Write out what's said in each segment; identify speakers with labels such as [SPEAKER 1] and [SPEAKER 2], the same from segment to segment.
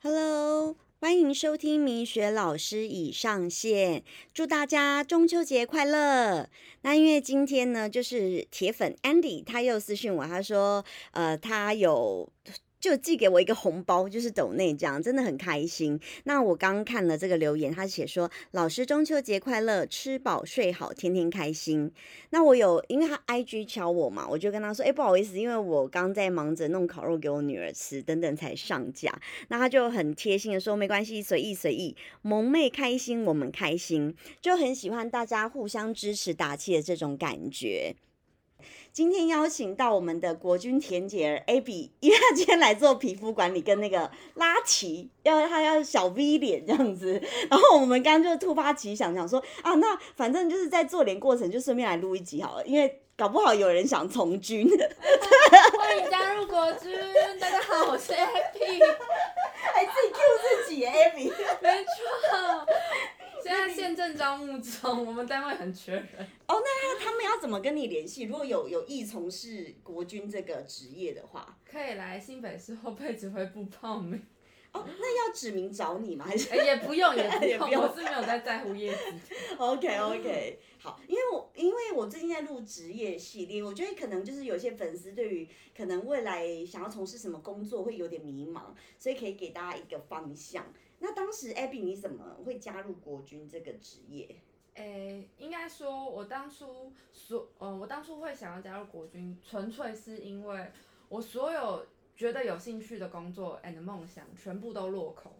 [SPEAKER 1] Hello，欢迎收听明雪老师已上线，祝大家中秋节快乐。那因为今天呢，就是铁粉 Andy 他又私讯我，他说，呃，他有。就寄给我一个红包，就是抖内这样，真的很开心。那我刚看了这个留言，他写说：“老师中秋节快乐，吃饱睡好，天天开心。”那我有，因为他 IG 敲我嘛，我就跟他说：“哎、不好意思，因为我刚在忙着弄烤肉给我女儿吃，等等才上架。”那他就很贴心的说：“没关系，随意随意，萌妹开心，我们开心。”就很喜欢大家互相支持打气的这种感觉。今天邀请到我们的国军田姐儿 Abby，因为 她今天来做皮肤管理跟那个拉提，要她要小 V 脸这样子。然后我们刚刚就突发奇想，想说啊，那反正就是在做脸过程就顺便来录一集好了，因为搞不好有人想从军。
[SPEAKER 2] 欢迎加入国军，大家好，我是 Happy，
[SPEAKER 1] 还自己 Q 自己耶 Abby。
[SPEAKER 2] 没错，现在宪政招募中，我们单位很缺人。
[SPEAKER 1] 哦，那他他们要怎么跟你联系？如果有有意从事国军这个职业的话，
[SPEAKER 2] 可以来新北市后备指挥部报 名，
[SPEAKER 1] 哦，那要指名找你吗？还是
[SPEAKER 2] 哎、也不用，也
[SPEAKER 1] 也不用
[SPEAKER 2] 不用，我是没有在在乎 业绩。
[SPEAKER 1] OK
[SPEAKER 2] 嗯
[SPEAKER 1] OK，好，因为我因为我最近在录职业系列，我觉得可能就是有些粉丝对于可能未来想要从事什么工作会有点迷茫，所以可以给大家一个方向。那当时 Abby 你怎么会加入国军这个职业？
[SPEAKER 2] 哎、应该说，我当初所，嗯、我当初会想要加入国军，纯粹是因为我所有觉得有兴趣的工作 and 梦想全部都落 空，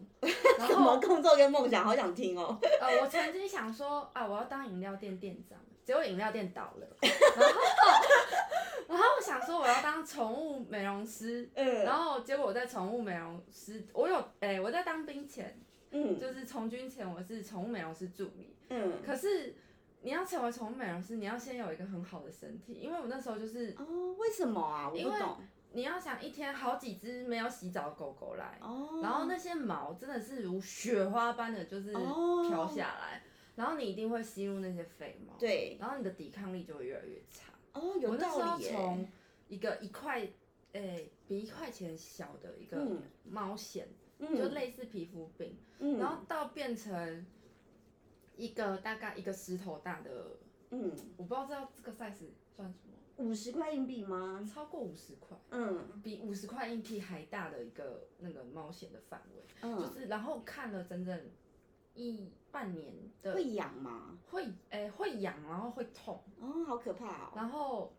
[SPEAKER 2] 然
[SPEAKER 1] 什
[SPEAKER 2] 后
[SPEAKER 1] 么工作跟梦想？好想听哦。
[SPEAKER 2] 呃，我曾经想说啊，我要当饮料店店长，结果饮料店倒了， 然后然后我想说我要当宠物美容师，呃然
[SPEAKER 1] 嗯
[SPEAKER 2] 后结果我在宠物美容师，我有哎、我在当兵前，
[SPEAKER 1] 嗯
[SPEAKER 2] 就是从军前我是宠物美容师助理，
[SPEAKER 1] 嗯，
[SPEAKER 2] 可是你要成为宠物美容师，你要先有一个很好的身体，因为我那时候就是
[SPEAKER 1] 哦，为什么啊？我
[SPEAKER 2] 因
[SPEAKER 1] 不
[SPEAKER 2] 为
[SPEAKER 1] 懂。
[SPEAKER 2] 你要想一天好几只没有洗澡的狗狗来，
[SPEAKER 1] 哦，
[SPEAKER 2] 然后那些毛真的是如雪花般的，就是
[SPEAKER 1] 哦
[SPEAKER 2] 飘下来，然后你一定会吸入那些废毛，
[SPEAKER 1] 对，
[SPEAKER 2] 然后你的抵抗力就会越来越差。
[SPEAKER 1] 哦，有
[SPEAKER 2] 我那时
[SPEAKER 1] 道
[SPEAKER 2] 候
[SPEAKER 1] 理耶。
[SPEAKER 2] 从一个一块，诶、比一块钱小的一个
[SPEAKER 1] 嗯
[SPEAKER 2] 猫藓，就
[SPEAKER 1] 嗯
[SPEAKER 2] 类似皮肤病，然
[SPEAKER 1] 嗯
[SPEAKER 2] 后到变成一个大概一个石头大的，
[SPEAKER 1] 嗯，
[SPEAKER 2] 我不知道这这个 size 算什么，
[SPEAKER 1] 五十块硬币吗？
[SPEAKER 2] 超过五十块，
[SPEAKER 1] 嗯
[SPEAKER 2] 比五十块硬币还大的一个那个猫藓的范围。就
[SPEAKER 1] 嗯，
[SPEAKER 2] 是然后看了整整一半年的
[SPEAKER 1] 会痒吗？
[SPEAKER 2] 会诶、会痒，然后会痛，
[SPEAKER 1] 哦，好可怕哦！
[SPEAKER 2] 然后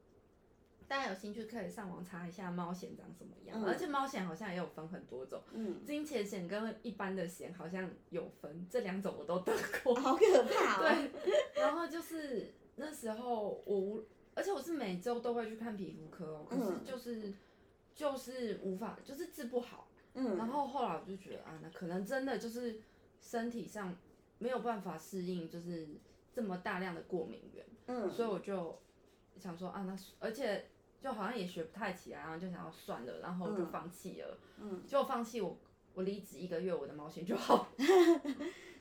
[SPEAKER 2] 大家有兴趣可以上网查一下猫藓长什么样，
[SPEAKER 1] 嗯
[SPEAKER 2] 而且猫藓好像也有分很多种，
[SPEAKER 1] 嗯，
[SPEAKER 2] 金钱藓跟一般的藓好像有分，这两种我都得过。
[SPEAKER 1] 好可怕哦！
[SPEAKER 2] 对，然后就是那时候我无，而且我是每周都会去看皮肤科哦，可是
[SPEAKER 1] 嗯
[SPEAKER 2] 就是、就是无法，就是治不好。然
[SPEAKER 1] 嗯
[SPEAKER 2] 后后来我就觉得啊，那可能真的就是身体上没有办法适应，就是这么大量的过敏源，
[SPEAKER 1] 嗯，
[SPEAKER 2] 所以我就想说啊，那而且就好像也学不太起来，然后就想要算了，然后我就
[SPEAKER 1] 嗯
[SPEAKER 2] 放弃了，
[SPEAKER 1] 嗯，
[SPEAKER 2] 就放弃我。我离职一个月，我的毛线就好。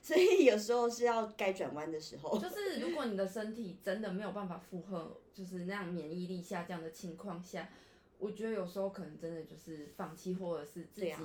[SPEAKER 1] 所以有时候是要该转弯的时候。
[SPEAKER 2] 就是如果你的身体真的没有办法负荷，就是那样免疫力下降的情况下，我觉得有时候可能真的就是放弃，或者是自
[SPEAKER 1] 对
[SPEAKER 2] 己
[SPEAKER 1] 啊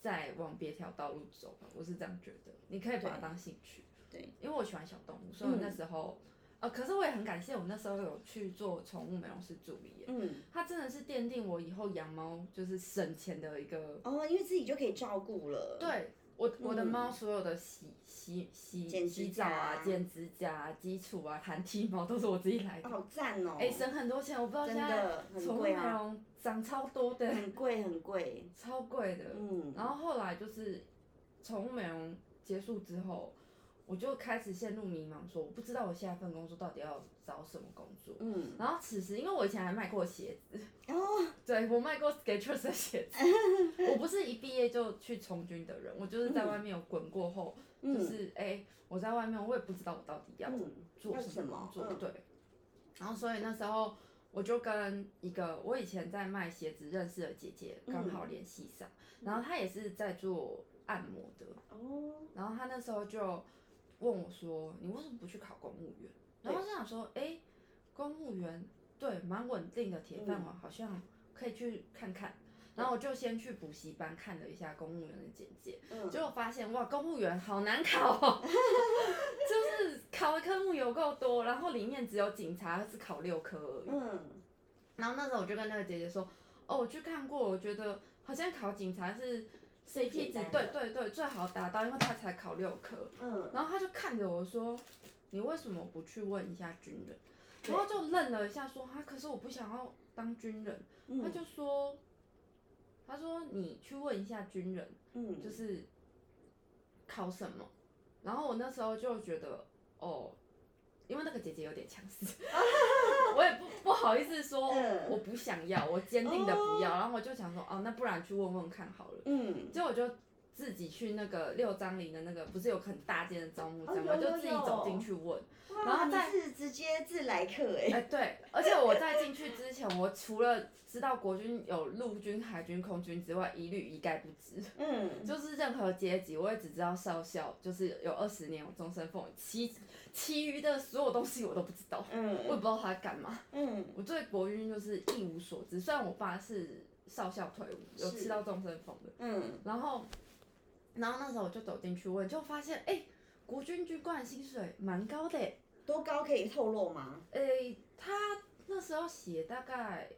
[SPEAKER 2] 在往别条道路走吧。我是这样觉得，你可以把它
[SPEAKER 1] 对
[SPEAKER 2] 当兴趣。
[SPEAKER 1] 对，嗯
[SPEAKER 2] 因为我喜欢小动物，所以我那时候，呃，可是我也很感谢我那时候有去做宠物美容师助理耶，
[SPEAKER 1] 嗯，
[SPEAKER 2] 它真的是奠定我以后养猫就是省钱的一个。
[SPEAKER 1] 哦，因为自己就可以照顾了。，
[SPEAKER 2] 对我我的
[SPEAKER 1] 嗯
[SPEAKER 2] 猫所有的洗洗洗
[SPEAKER 1] 剪
[SPEAKER 2] 洗
[SPEAKER 1] 指
[SPEAKER 2] 澡
[SPEAKER 1] 甲
[SPEAKER 2] 啊、剪指甲、啊、基础啊、弹剃毛都是我自己来的，
[SPEAKER 1] 好赞哦！
[SPEAKER 2] 哎、省很多钱。我不知道
[SPEAKER 1] 真
[SPEAKER 2] 现在
[SPEAKER 1] 的很
[SPEAKER 2] 宠物
[SPEAKER 1] 贵
[SPEAKER 2] 美
[SPEAKER 1] 啊，
[SPEAKER 2] 容涨超多的，
[SPEAKER 1] 很贵很 贵。
[SPEAKER 2] 超贵的。
[SPEAKER 1] 嗯，
[SPEAKER 2] 然后后来就是宠物美容结束之后，我就开始陷入迷茫，说我不知道我下一份工作到底要找什么工作。
[SPEAKER 1] 嗯，
[SPEAKER 2] 然后此时，因为我以前还卖过鞋子，
[SPEAKER 1] 然后
[SPEAKER 2] 对我卖过 Skechers 的鞋子，我不是一毕业就去从军的人，我就是在外面有滚过后，就
[SPEAKER 1] 嗯
[SPEAKER 2] 是哎、我在外面我也不知道我到底要
[SPEAKER 1] 嗯，
[SPEAKER 2] 做
[SPEAKER 1] 要
[SPEAKER 2] 什么工作，
[SPEAKER 1] 什么嗯
[SPEAKER 2] 对。然后所以那时候我就跟一个我以前在卖鞋子认识的姐姐
[SPEAKER 1] 嗯
[SPEAKER 2] 刚好联系上，然后她也是在做按摩的，
[SPEAKER 1] 哦，
[SPEAKER 2] 然后她那时候就问我说：“你为什么不去考公务员？”然后我就想说：“哎、公务员对蛮稳定的铁饭碗，好像可以去看看。”然后我就先去补习班看了一下公务员的简介，
[SPEAKER 1] 嗯
[SPEAKER 2] 结果发现哇，公务员好难考、哦， 就是考的科目有够多，然后里面只有警察是考六科而已。
[SPEAKER 1] 嗯，
[SPEAKER 2] 然后那时候我就跟那个姐姐说，哦，我去看过，我觉得好像考警察是 CP 值
[SPEAKER 1] 简单，
[SPEAKER 2] 对
[SPEAKER 1] 的
[SPEAKER 2] 对对，最好达到，因为他才考六科。
[SPEAKER 1] 嗯，
[SPEAKER 2] 然后他就看着我说：“你为什么不去问一下军人？”
[SPEAKER 1] 对
[SPEAKER 2] 然后就愣了一下，说：“啊，可是我不想要当军人。他
[SPEAKER 1] 嗯
[SPEAKER 2] 就说：“他说你去问一下军人，
[SPEAKER 1] 嗯，
[SPEAKER 2] 就是考什么。”然后我那时候就觉得，哦，因为那个姐姐有点强 势，我也不不好意思说
[SPEAKER 1] 嗯
[SPEAKER 2] 我不想要，我坚定的不要。
[SPEAKER 1] 哦
[SPEAKER 2] 然后我就想说，哦，那不然去问问看好了。
[SPEAKER 1] 嗯，
[SPEAKER 2] 结果我就自己去那个六张林的那个，不是有很大间的招募站吗？
[SPEAKER 1] 哦
[SPEAKER 2] 我
[SPEAKER 1] 有
[SPEAKER 2] 就自己走进去问。然后
[SPEAKER 1] 哇
[SPEAKER 2] 再
[SPEAKER 1] 你是直接自来客
[SPEAKER 2] 哎、
[SPEAKER 1] 哎，
[SPEAKER 2] 对，而且我在进去之前，我除了知道国军有陆军、海军、空军之外，一律一概不知。
[SPEAKER 1] 嗯，
[SPEAKER 2] 就是任何阶级，我也只知道少校，就是有二十年有终身俸，其其余的所有东西我都不知道， 我也不
[SPEAKER 1] 嗯
[SPEAKER 2] 知道他干嘛。
[SPEAKER 1] 嗯，
[SPEAKER 2] 我对国军就是一无所知，虽然我爸是少校退伍，有
[SPEAKER 1] 是
[SPEAKER 2] 吃到终身俸的。
[SPEAKER 1] 嗯，
[SPEAKER 2] 然后，然后那时候我就走进去问，就发现哎、诶国军军官的薪水蛮高的诶、
[SPEAKER 1] 多高可以透露吗？
[SPEAKER 2] 诶他那时候写大概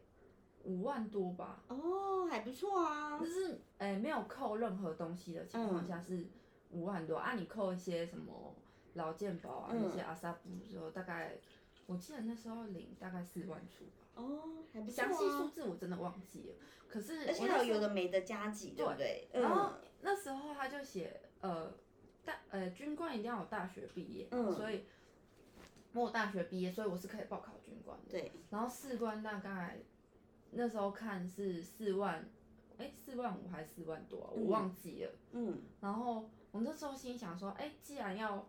[SPEAKER 2] 五万多吧，
[SPEAKER 1] 哦，还不错啊
[SPEAKER 2] 就，是诶、没有扣任何东西的情况下
[SPEAKER 1] 嗯
[SPEAKER 2] 是五万多、啊，你扣一些什么劳健保啊、
[SPEAKER 1] 嗯
[SPEAKER 2] 那些阿萨布之后，大概我记得那时候领大概四万出吧，
[SPEAKER 1] 哦，还不错
[SPEAKER 2] 详细数
[SPEAKER 1] 啊，
[SPEAKER 2] 字我真的忘记了，可是
[SPEAKER 1] 而且
[SPEAKER 2] 我那
[SPEAKER 1] 还有
[SPEAKER 2] 时候
[SPEAKER 1] 有的没的加急，对不对？
[SPEAKER 2] 然后
[SPEAKER 1] 嗯
[SPEAKER 2] 那时候他就写，呃，大呃军官一定要有大学毕业，
[SPEAKER 1] 嗯
[SPEAKER 2] 所以我有大学毕业，所以我是可以报考军官的。
[SPEAKER 1] 对，
[SPEAKER 2] 然后士官大概那时候看是四万，哎，四万五还是四万多啊、
[SPEAKER 1] 嗯
[SPEAKER 2] 我忘记了。
[SPEAKER 1] 嗯
[SPEAKER 2] 然后我那时候心想说，哎，既然要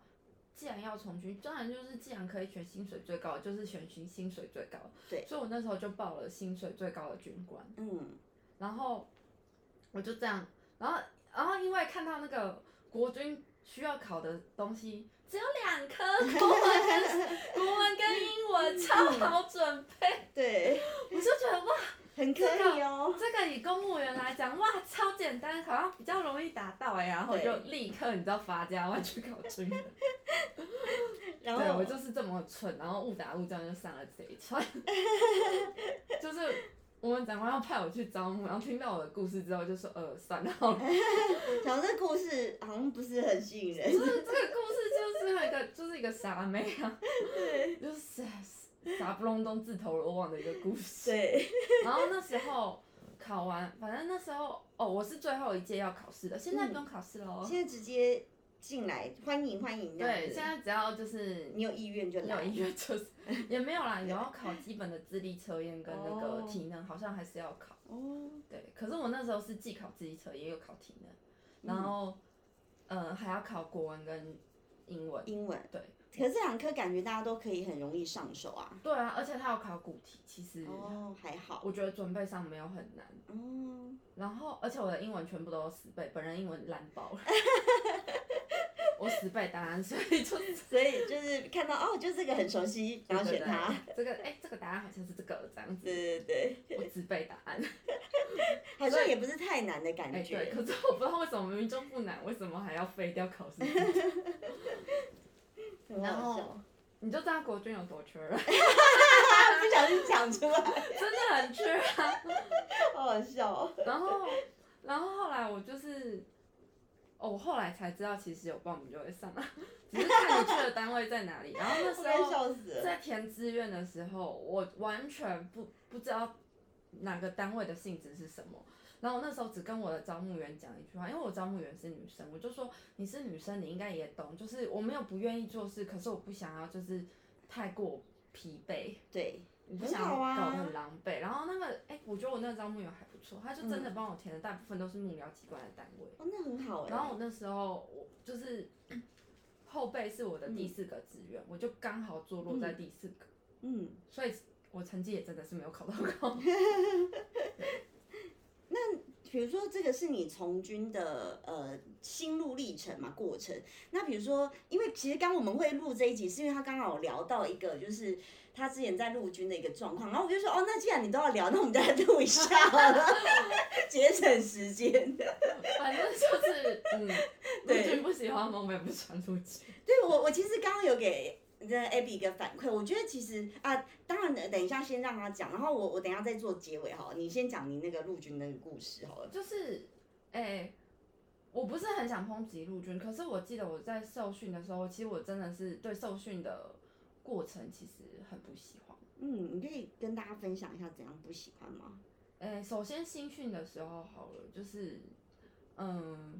[SPEAKER 2] 既然要从军，当然就是既然可以选薪水最高的，就是选薪薪水最高的。
[SPEAKER 1] 对
[SPEAKER 2] 所以我那时候就报了薪水最高的军官。
[SPEAKER 1] 嗯
[SPEAKER 2] 然后我就这样，然后然后因为看到那个国军需要考的东西只有两科，国文跟国文跟英文超好准备，
[SPEAKER 1] 对，
[SPEAKER 2] 我就觉得哇，
[SPEAKER 1] 很可以哦，
[SPEAKER 2] 这个以公务员来讲哇超简单，好像比较容易达到哎、然后我就立刻你知道发家万去考军人，
[SPEAKER 1] 然
[SPEAKER 2] 对
[SPEAKER 1] 后
[SPEAKER 2] 我就是这么蠢，然后误打误撞就上了这一串， 就是。我们长官要派我去招募，然后听到我的故事之后就说，呃，算了，好了
[SPEAKER 1] 讲这故事好像不是很吸引 人，
[SPEAKER 2] 就是这个故事就是一个就是一个傻妹啊，
[SPEAKER 1] 对
[SPEAKER 2] 就是傻傻不隆咚自投罗网的一个故事。
[SPEAKER 1] 对，
[SPEAKER 2] 然后那时候考完，反正那时候哦，我是最后一届要考试的，现在不用考试了哦。
[SPEAKER 1] 现在直接进来欢迎欢迎这样
[SPEAKER 2] 对，
[SPEAKER 1] 子，
[SPEAKER 2] 现在只要就是
[SPEAKER 1] 你有意愿就
[SPEAKER 2] 没有
[SPEAKER 1] 来，
[SPEAKER 2] 音乐就是也没有啦，也要考基本的智力测验跟那个
[SPEAKER 1] 哦
[SPEAKER 2] 体能，好像还是要考。
[SPEAKER 1] 哦，
[SPEAKER 2] 对，可是我那时候是既考智力测验又考体能，然后嗯、呃还要考国文跟英文。
[SPEAKER 1] 英文，
[SPEAKER 2] 对，
[SPEAKER 1] 可是这两科感觉大家都可以很容易上手啊，
[SPEAKER 2] 对啊，而且他有考古题，其实
[SPEAKER 1] 哦，还好，
[SPEAKER 2] 我觉得准备上没有很难，
[SPEAKER 1] 嗯，
[SPEAKER 2] 然后而且我的英文全部都是死背，本人英文烂爆了， 我死背答案，所以就
[SPEAKER 1] 所以就是看到哦，就这个很熟悉，然后选它，。
[SPEAKER 2] 对对对这个哎、这个答案好像是这个这样子，
[SPEAKER 1] 对对对，
[SPEAKER 2] 我只背答案。
[SPEAKER 1] 好像也不是太难的感
[SPEAKER 2] 哎、对，
[SPEAKER 1] 觉，
[SPEAKER 2] 可是我不知道为什么明明就不难，为什么还要废掉考试？
[SPEAKER 1] 很
[SPEAKER 2] 然
[SPEAKER 1] 好笑
[SPEAKER 2] 后。 你就知道国军有多缺人，
[SPEAKER 1] 啊 不小心讲出来，
[SPEAKER 2] 真的很缺啊。
[SPEAKER 1] 好好笑 哦。
[SPEAKER 2] 然后，然后后来我就是，哦，我后来才知道其实有报名就会上啊，只是看你去的单位在哪里。然后那
[SPEAKER 1] 我
[SPEAKER 2] 时
[SPEAKER 1] 快
[SPEAKER 2] 候
[SPEAKER 1] 笑死了。
[SPEAKER 2] 在填志愿的时候，我完全不不知道哪个单位的性质是什么。然后我那时候只跟我的招募员讲一句话，因为我招募员是女生，我就说你是女生，你应该也懂，就是我没有不愿意做事，可是我不想要就是太过疲惫。
[SPEAKER 1] 对，
[SPEAKER 2] 我不想要
[SPEAKER 1] 很好啊
[SPEAKER 2] 搞得很狼狈。然后那个，哎、我觉得我那个招募员还不错，他就真
[SPEAKER 1] 嗯
[SPEAKER 2] 的帮我填的大部分都是幕僚机关的单位。
[SPEAKER 1] 哦，那很好哎。
[SPEAKER 2] 然后我那时候我就是嗯后背是我的第四个志愿，我就刚好坐落在第四个，
[SPEAKER 1] 嗯，
[SPEAKER 2] 所以我成绩也真的是没有考到高。
[SPEAKER 1] 比如说这个是你从军的呃心路历程嘛过程。那比如说，因为其实刚我们会录这一集，是因为他刚好有聊到一个就是他之前在陆军的一个状况，然后我就说，哦，那既然你都要聊，那我们就来录一下好了， 节省时间。
[SPEAKER 2] 反正就是嗯，陆
[SPEAKER 1] 对
[SPEAKER 2] 军不喜欢我，我也不喜欢陆军。
[SPEAKER 1] 对我，我其实刚刚有给这 Abby 一个反馈，我觉得其实啊，当然呃等一下先让他讲，然后我我等一下再做结尾好了，你先讲你那个陆军那个故事好了。
[SPEAKER 2] 就是，哎、我不是很想抨击陆军，可是我记得我在受训的时候，其实我真的是对受训的过程其实很不喜欢。
[SPEAKER 1] 嗯，你可以跟大家分享一下怎样不喜欢吗？
[SPEAKER 2] 哎、首先新训的时候好了，就是，嗯，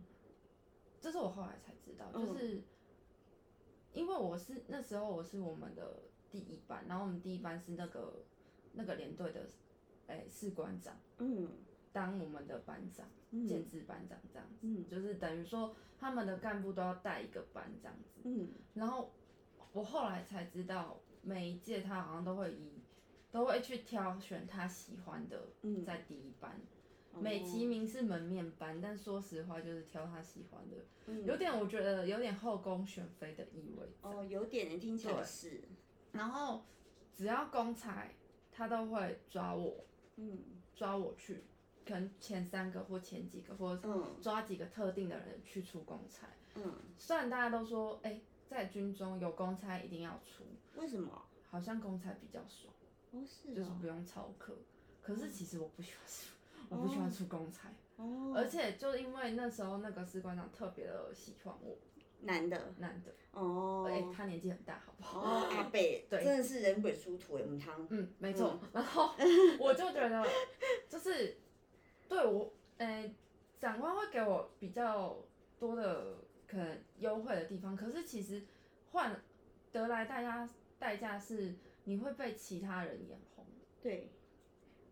[SPEAKER 2] 这是我后来才知道，
[SPEAKER 1] 嗯
[SPEAKER 2] 就是、因为我是那时候我是我们的第一班，然后我们第一班是那个那个连队的，哎、士官长
[SPEAKER 1] 嗯
[SPEAKER 2] 当我们的班长。建
[SPEAKER 1] 嗯
[SPEAKER 2] 制班长这样子，
[SPEAKER 1] 嗯
[SPEAKER 2] 就是等于说他们的干部都要带一个班这样子。
[SPEAKER 1] 嗯
[SPEAKER 2] 然后我后来才知道，每一届他好像都会以都会去挑选他喜欢的
[SPEAKER 1] 嗯，
[SPEAKER 2] 在第一班，
[SPEAKER 1] 哦
[SPEAKER 2] 美其名是门面班，但说实话就是挑他喜欢的，有
[SPEAKER 1] 嗯
[SPEAKER 2] 点我觉得有点后宫选妃的意味在。
[SPEAKER 1] 哦，有点听起来
[SPEAKER 2] 对
[SPEAKER 1] 是，
[SPEAKER 2] 然后只要公差，他都会抓我
[SPEAKER 1] 嗯
[SPEAKER 2] 抓我去，可能前三个或前几个或者
[SPEAKER 1] 嗯
[SPEAKER 2] 抓几个特定的人去出公差。
[SPEAKER 1] 嗯，
[SPEAKER 2] 虽然大家都说，哎、在军中有公差一定要出，
[SPEAKER 1] 为什么？
[SPEAKER 2] 好像公差比较爽，
[SPEAKER 1] 哦是
[SPEAKER 2] 就是
[SPEAKER 1] 哦
[SPEAKER 2] 不用操课。可是其实我不喜欢出，我
[SPEAKER 1] 哦
[SPEAKER 2] 不喜欢出公差，
[SPEAKER 1] 哦，
[SPEAKER 2] 而且就因为那时候那个士官长特别的喜欢我，
[SPEAKER 1] 男的
[SPEAKER 2] 男的，
[SPEAKER 1] 哦
[SPEAKER 2] 哎、他年纪很大，好不好？
[SPEAKER 1] 哦阿北
[SPEAKER 2] 对
[SPEAKER 1] 真的是人鬼殊途哎，母汤
[SPEAKER 2] 嗯，没错。 然后我就觉得，就是对我，哎、长官会给我比较多的可能优惠的地方，可是其实换得来代价代价是你会被其他人眼红。
[SPEAKER 1] 对，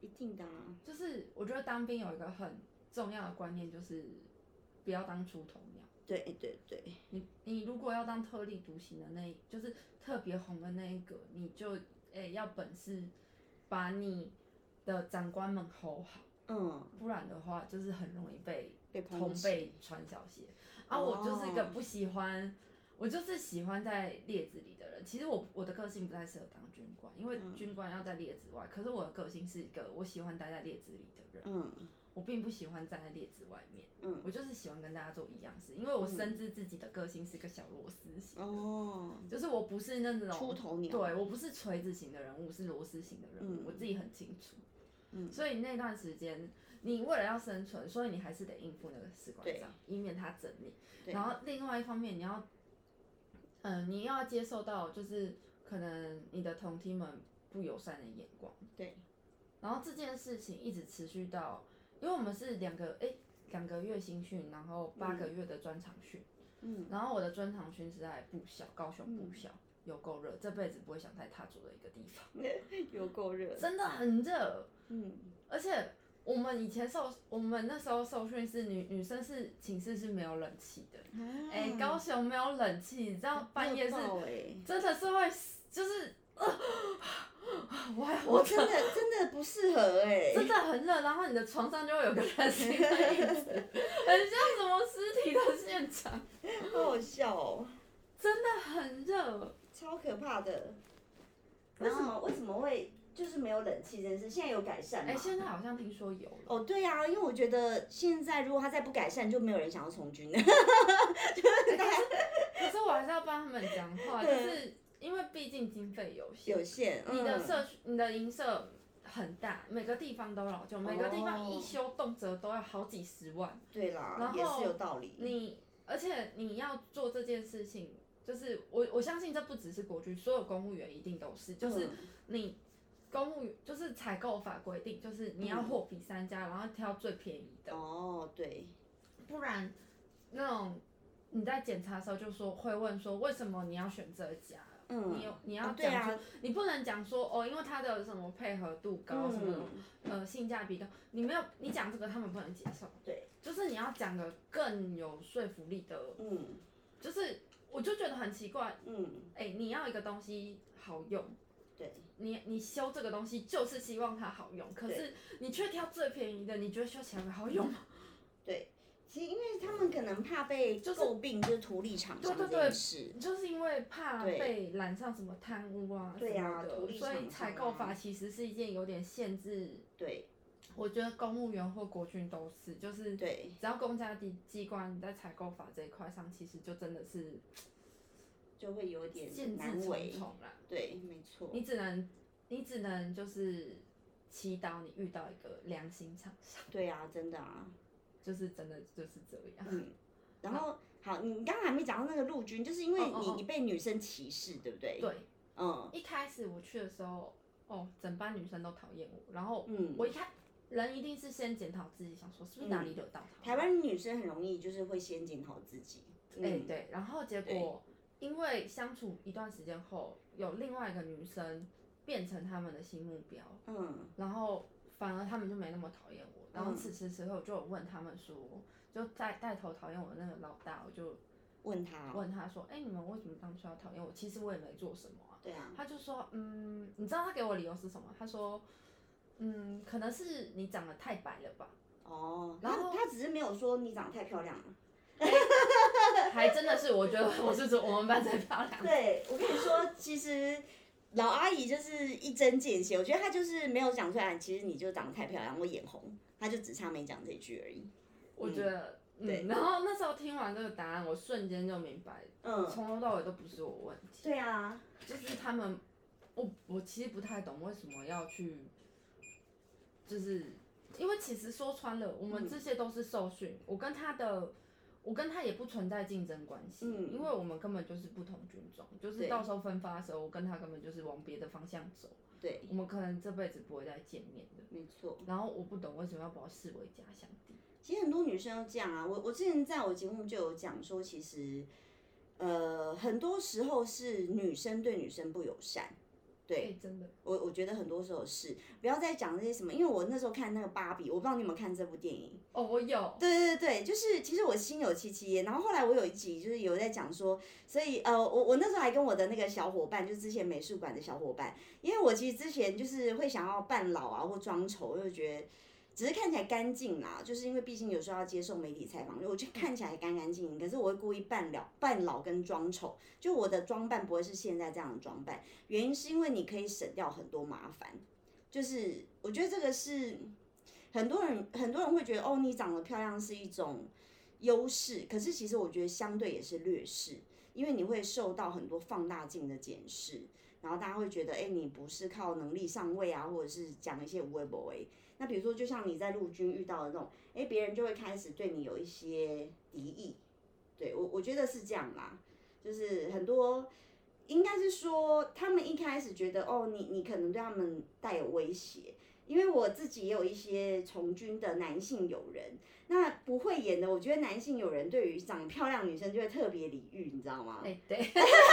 [SPEAKER 1] 一定的啊，
[SPEAKER 2] 就是我觉得当兵有一个很重要的观念，就是不要当出头鸟。
[SPEAKER 1] 对哎对对，
[SPEAKER 2] 你你如果要当特立独行的那一，就是特别红的那一个，你就诶、要本事把你的长官们吼好，
[SPEAKER 1] 嗯，
[SPEAKER 2] 不然的话就是很容易被
[SPEAKER 1] 被抨
[SPEAKER 2] 同
[SPEAKER 1] 击
[SPEAKER 2] 辈穿小鞋。啊，我就是一个不喜欢，我就是喜欢在列子里的人。其实我我的个性不太适合当军官，因为
[SPEAKER 1] 嗯
[SPEAKER 2] 军官要在列子外。可是我的个性是一个我喜欢待在列子里的人，
[SPEAKER 1] 嗯
[SPEAKER 2] 我并不喜欢站在列子外面。
[SPEAKER 1] 嗯
[SPEAKER 2] 我就是喜欢跟大家做一样事，因为我深知自己的个性是个小螺丝型，
[SPEAKER 1] 哦，
[SPEAKER 2] 就是我不是那种
[SPEAKER 1] 出头鸟
[SPEAKER 2] 对我不是锤子型的人物，是螺丝型的人物，
[SPEAKER 1] 嗯
[SPEAKER 2] 我自己很清楚。
[SPEAKER 1] 嗯
[SPEAKER 2] 所以那段时间，你为了要生存，所以你还是得应付那个士官长，以免他整你。
[SPEAKER 1] 对
[SPEAKER 2] 然后另外一方面，你要，嗯、你要接受到就是可能你的同梯们不友善的眼光。
[SPEAKER 1] 对，
[SPEAKER 2] 然后这件事情一直持续到，因为我们是两个诶两个月新训，然后八个月的专场训，
[SPEAKER 1] 嗯
[SPEAKER 2] 然后我的专场训是在部校，高雄部
[SPEAKER 1] 嗯
[SPEAKER 2] 校，有够热，这辈子不会想再踏足的一个地方，
[SPEAKER 1] 有够热，
[SPEAKER 2] 真的很热，
[SPEAKER 1] 嗯
[SPEAKER 2] 而且我们以前受我们那时候受训是女女生是寝室是没有冷气的，哎、
[SPEAKER 1] 啊
[SPEAKER 2] 高雄没有冷气，你知道半夜是
[SPEAKER 1] 热爆欸
[SPEAKER 2] 真的是会就是，呃、我还活
[SPEAKER 1] 我
[SPEAKER 2] 着
[SPEAKER 1] 真。的真的不适合哎，
[SPEAKER 2] 真的很热，然后你的床上就会有个人形的 影子，很像什么尸体的现场，
[SPEAKER 1] 好好笑哦，
[SPEAKER 2] 真的很热。
[SPEAKER 1] 超可怕的。为
[SPEAKER 2] 然
[SPEAKER 1] 什
[SPEAKER 2] 后
[SPEAKER 1] 么为什么会就是没有冷气这件事？现在有改善
[SPEAKER 2] 哎、
[SPEAKER 1] 吗？
[SPEAKER 2] 现在好啊像听说有了，
[SPEAKER 1] 哦，对呀、因为我觉得现在如果他再不改善，就没有人想要从军 了。
[SPEAKER 2] 可是我还是要帮他们讲话，就
[SPEAKER 1] 对
[SPEAKER 2] 是因为毕竟经费有限，
[SPEAKER 1] 有限，
[SPEAKER 2] 你的
[SPEAKER 1] 嗯
[SPEAKER 2] 社区、你的营舍很大，每个地方都老旧，每个地方一修动辄都要好几十万，
[SPEAKER 1] 对啦
[SPEAKER 2] 然，
[SPEAKER 1] 也
[SPEAKER 2] 后
[SPEAKER 1] 是有道理。
[SPEAKER 2] 你而且你要做这件事情。就是我，我相信这不只是国军，所有公务员一定都是，就是
[SPEAKER 1] 嗯
[SPEAKER 2] 你公务员就是采购法规定，就是
[SPEAKER 1] 嗯
[SPEAKER 2] 你要货比三家，然后挑最便宜的，
[SPEAKER 1] 哦，对，
[SPEAKER 2] 不然那种你在检查的时候就说会问说为什么你要选这家。
[SPEAKER 1] 嗯
[SPEAKER 2] 你有你
[SPEAKER 1] 哦
[SPEAKER 2] 要
[SPEAKER 1] 对
[SPEAKER 2] 讲出，
[SPEAKER 1] 啊，
[SPEAKER 2] 你不能讲说哦，因为它的什么配合度高，什么、
[SPEAKER 1] 嗯
[SPEAKER 2] 呃性价比高，你没有你讲这个他们不能接受。
[SPEAKER 1] 对，
[SPEAKER 2] 就是你要讲的更有说服力的，
[SPEAKER 1] 嗯
[SPEAKER 2] 就是我就觉得很奇怪，
[SPEAKER 1] 嗯，
[SPEAKER 2] 哎、你要一个东西好用，
[SPEAKER 1] 对，
[SPEAKER 2] 你你修这个东西就是希望它好用，可是你却挑最便宜的，你觉得修起来会好用吗？
[SPEAKER 1] 其实因为他们可能能怕被
[SPEAKER 2] 就是
[SPEAKER 1] 诟病，就是图利厂商
[SPEAKER 2] 对对
[SPEAKER 1] 这件事。
[SPEAKER 2] 就是因为怕
[SPEAKER 1] 对
[SPEAKER 2] 被揽上什么贪污啊
[SPEAKER 1] 对
[SPEAKER 2] 什
[SPEAKER 1] 啊
[SPEAKER 2] 么
[SPEAKER 1] 图
[SPEAKER 2] 的，
[SPEAKER 1] 利
[SPEAKER 2] 所
[SPEAKER 1] 厂
[SPEAKER 2] 以采
[SPEAKER 1] 商
[SPEAKER 2] 购
[SPEAKER 1] 啊
[SPEAKER 2] 法其实是一件有点限制。
[SPEAKER 1] 对
[SPEAKER 2] 我觉得公务员或国军都是，就是
[SPEAKER 1] 对
[SPEAKER 2] 只要公家机机关在采购法这一块上，其实就真的是
[SPEAKER 1] 就会有
[SPEAKER 2] 限
[SPEAKER 1] 点
[SPEAKER 2] 制
[SPEAKER 1] 难
[SPEAKER 2] 重
[SPEAKER 1] 为。
[SPEAKER 2] 重啦。
[SPEAKER 1] 对，没错。
[SPEAKER 2] 你只能，你只能就是祈祷你遇到一个良心厂商，
[SPEAKER 1] 对啊，真的啊。
[SPEAKER 2] 就是真的就是这样。
[SPEAKER 1] 嗯，然后好，你刚刚还没讲到那个陆军，就是因为
[SPEAKER 2] 哦哦
[SPEAKER 1] 你
[SPEAKER 2] 哦
[SPEAKER 1] 你被女生歧视，对不对？，
[SPEAKER 2] 对，
[SPEAKER 1] 嗯
[SPEAKER 2] 一开始我去的时候，哦，整班女生都讨厌我，然后
[SPEAKER 1] 嗯，
[SPEAKER 2] 我一开人一定是先检讨自己，想说是不是哪里惹到他。
[SPEAKER 1] 台湾女生很容易就是会先检讨自己。
[SPEAKER 2] 哎、
[SPEAKER 1] 嗯，
[SPEAKER 2] 对，然后结果因为相处一段时间后，有另外一个女生变成他们的新目标，
[SPEAKER 1] 嗯
[SPEAKER 2] 然后反而他们就没那么讨厌我。然后
[SPEAKER 1] 嗯
[SPEAKER 2] 此时此刻，我就有问他们说，就带带头讨厌我的那个老大，我就
[SPEAKER 1] 问他，
[SPEAKER 2] 问他说，哎、你们为什么当初要讨厌我？其实我也没做什么啊。
[SPEAKER 1] 对啊，
[SPEAKER 2] 他就说，嗯，你知道他给我理由是什么？他说，嗯，可能是你长得太白了 吧，
[SPEAKER 1] 哦，
[SPEAKER 2] 然后嗯
[SPEAKER 1] 他他只是没有说你长得太漂亮了。
[SPEAKER 2] 还真的是，我觉得我是我们班最漂亮的。
[SPEAKER 1] 对，我跟你说，其实老阿姨就是一针见血，我觉得她就是没有讲出来，其实你就长得太漂亮，我眼红，她就只差没讲这句而已。
[SPEAKER 2] 我觉得，嗯，
[SPEAKER 1] 对
[SPEAKER 2] 然后那时候听完这个答案，我瞬间就明白，
[SPEAKER 1] 嗯，
[SPEAKER 2] 从头到尾都不是我问题，
[SPEAKER 1] 对啊，
[SPEAKER 2] 就是他们，我我其实不太懂为什么要去，就是因为其实说穿了，我
[SPEAKER 1] 嗯
[SPEAKER 2] 们这些都是受训，我跟他的。我跟他也不存在竞争关系，
[SPEAKER 1] 嗯
[SPEAKER 2] 因为我们根本就是不同军种，就是
[SPEAKER 1] 对
[SPEAKER 2] 到时候分发的时候，我跟他根本就是往别的方向走，
[SPEAKER 1] 对，
[SPEAKER 2] 我们可能这辈子不会再见面的。
[SPEAKER 1] 没错。
[SPEAKER 2] 然后我不懂为什么要把我视为家乡地，
[SPEAKER 1] 其实很多女生都这样啊，我我之前在我节目就有讲说，其实，呃，很多时候是女生对女生不友善。对
[SPEAKER 2] 哎真的，
[SPEAKER 1] 我，我觉得很多时候是不要再讲这些什么，因为我那时候看那个芭比，我不知道你有没有看这部电影。
[SPEAKER 2] 哦，我有，
[SPEAKER 1] 对对对，就是其实我心有戚戚焉。然后后呃来我有一集就是有在讲说，所以呃，我我那时候还跟我的那个小伙伴，就是之前美术馆的小伙伴，因为我其实之前就是会想要扮老啊或装丑，就觉得。只是看起来干净啦，就是因为毕竟有时候要接受媒体采访，我就看起来干干净净。可是我会故意扮老、扮老跟装丑，就我的装扮不会是现在这样的装扮。原因是因为你可以省掉很多麻烦，就是我觉得这个是很多人很多人会觉得哦，你长得漂亮是一种优势，可是其实我觉得相对也是劣势，因为你会受到很多放大镜的检视，然后大家会觉得哎、你不是靠能力上位啊，或者是讲一些无谓不为。那比如说，就像你在陆军遇到的那种，哎，别人就会开始对你有一些敌意。对我，我觉得是这样啦，就是很多。应该是说，他们一开始觉得哦，你你可能对他们带有威胁，因为我自己也有一些从军的男性友人，那不会演的，我觉得男性友人对于长得漂亮女生就会特别礼遇，你知 道吗？
[SPEAKER 2] 哎、对，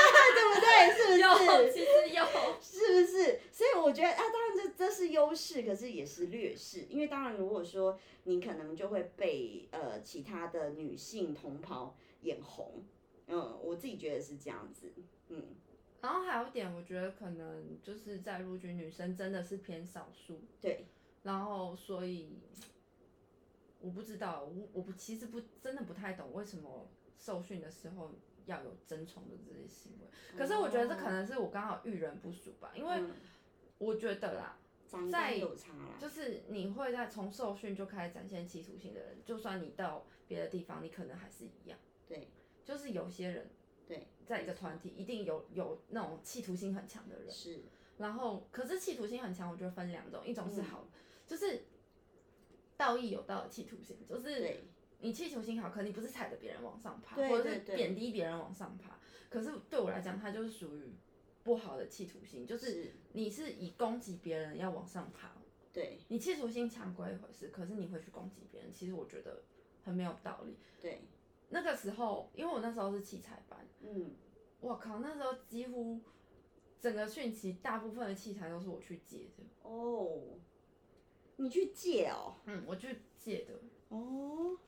[SPEAKER 1] 对，是不
[SPEAKER 2] 有，
[SPEAKER 1] 是？
[SPEAKER 2] 其实有，
[SPEAKER 1] 是不是？所以我觉得啊，当然这这是优势，可是也是劣势，因为当然如果说你可能就会被呃其他的女性同袍眼红，嗯，我自己觉得是这样子，嗯，
[SPEAKER 2] 然后还有一点，我觉得可能就是在陆军女生真的是偏少数，
[SPEAKER 1] 对，
[SPEAKER 2] 然后所以我不知道，我我不其实不真的不太懂为什么受训的时候要有争宠的这些行为，可是我觉得这可能是我刚好遇人不淑吧，因为
[SPEAKER 1] 嗯
[SPEAKER 2] 我觉得啦，
[SPEAKER 1] 长相有差啦，
[SPEAKER 2] 就是你会在从受训就开始展现企图心的人，就算你到别的地方，你可能还是一样。
[SPEAKER 1] 对，
[SPEAKER 2] 就是有些人
[SPEAKER 1] 对，
[SPEAKER 2] 在一个团体一定有有那种企图心很强的人，
[SPEAKER 1] 是，
[SPEAKER 2] 然后可是企图心很强，我觉得分两种，一种是
[SPEAKER 1] 嗯
[SPEAKER 2] 好，就是道义有道的企图心，就是
[SPEAKER 1] 对，
[SPEAKER 2] 你企图心好，可你不是踩着别人往上爬，
[SPEAKER 1] 对
[SPEAKER 2] 或者
[SPEAKER 1] 对
[SPEAKER 2] 是
[SPEAKER 1] 对
[SPEAKER 2] 贬低别人往上爬，可是对我来讲，它就是属于不好的企图心，就是
[SPEAKER 1] 是，
[SPEAKER 2] 你是以攻击别人要往上爬，
[SPEAKER 1] 对
[SPEAKER 2] 你企图心强归一回事，可是你会去攻击别人，其实我觉得很没有道理。
[SPEAKER 1] 对，
[SPEAKER 2] 那个时候，因为我那时候是器材班，
[SPEAKER 1] 嗯，
[SPEAKER 2] 我靠，那时候几乎整个汛期大部分的器材都是我去借的，
[SPEAKER 1] 哦，你去借哦，
[SPEAKER 2] 嗯，我去借的，
[SPEAKER 1] 哦，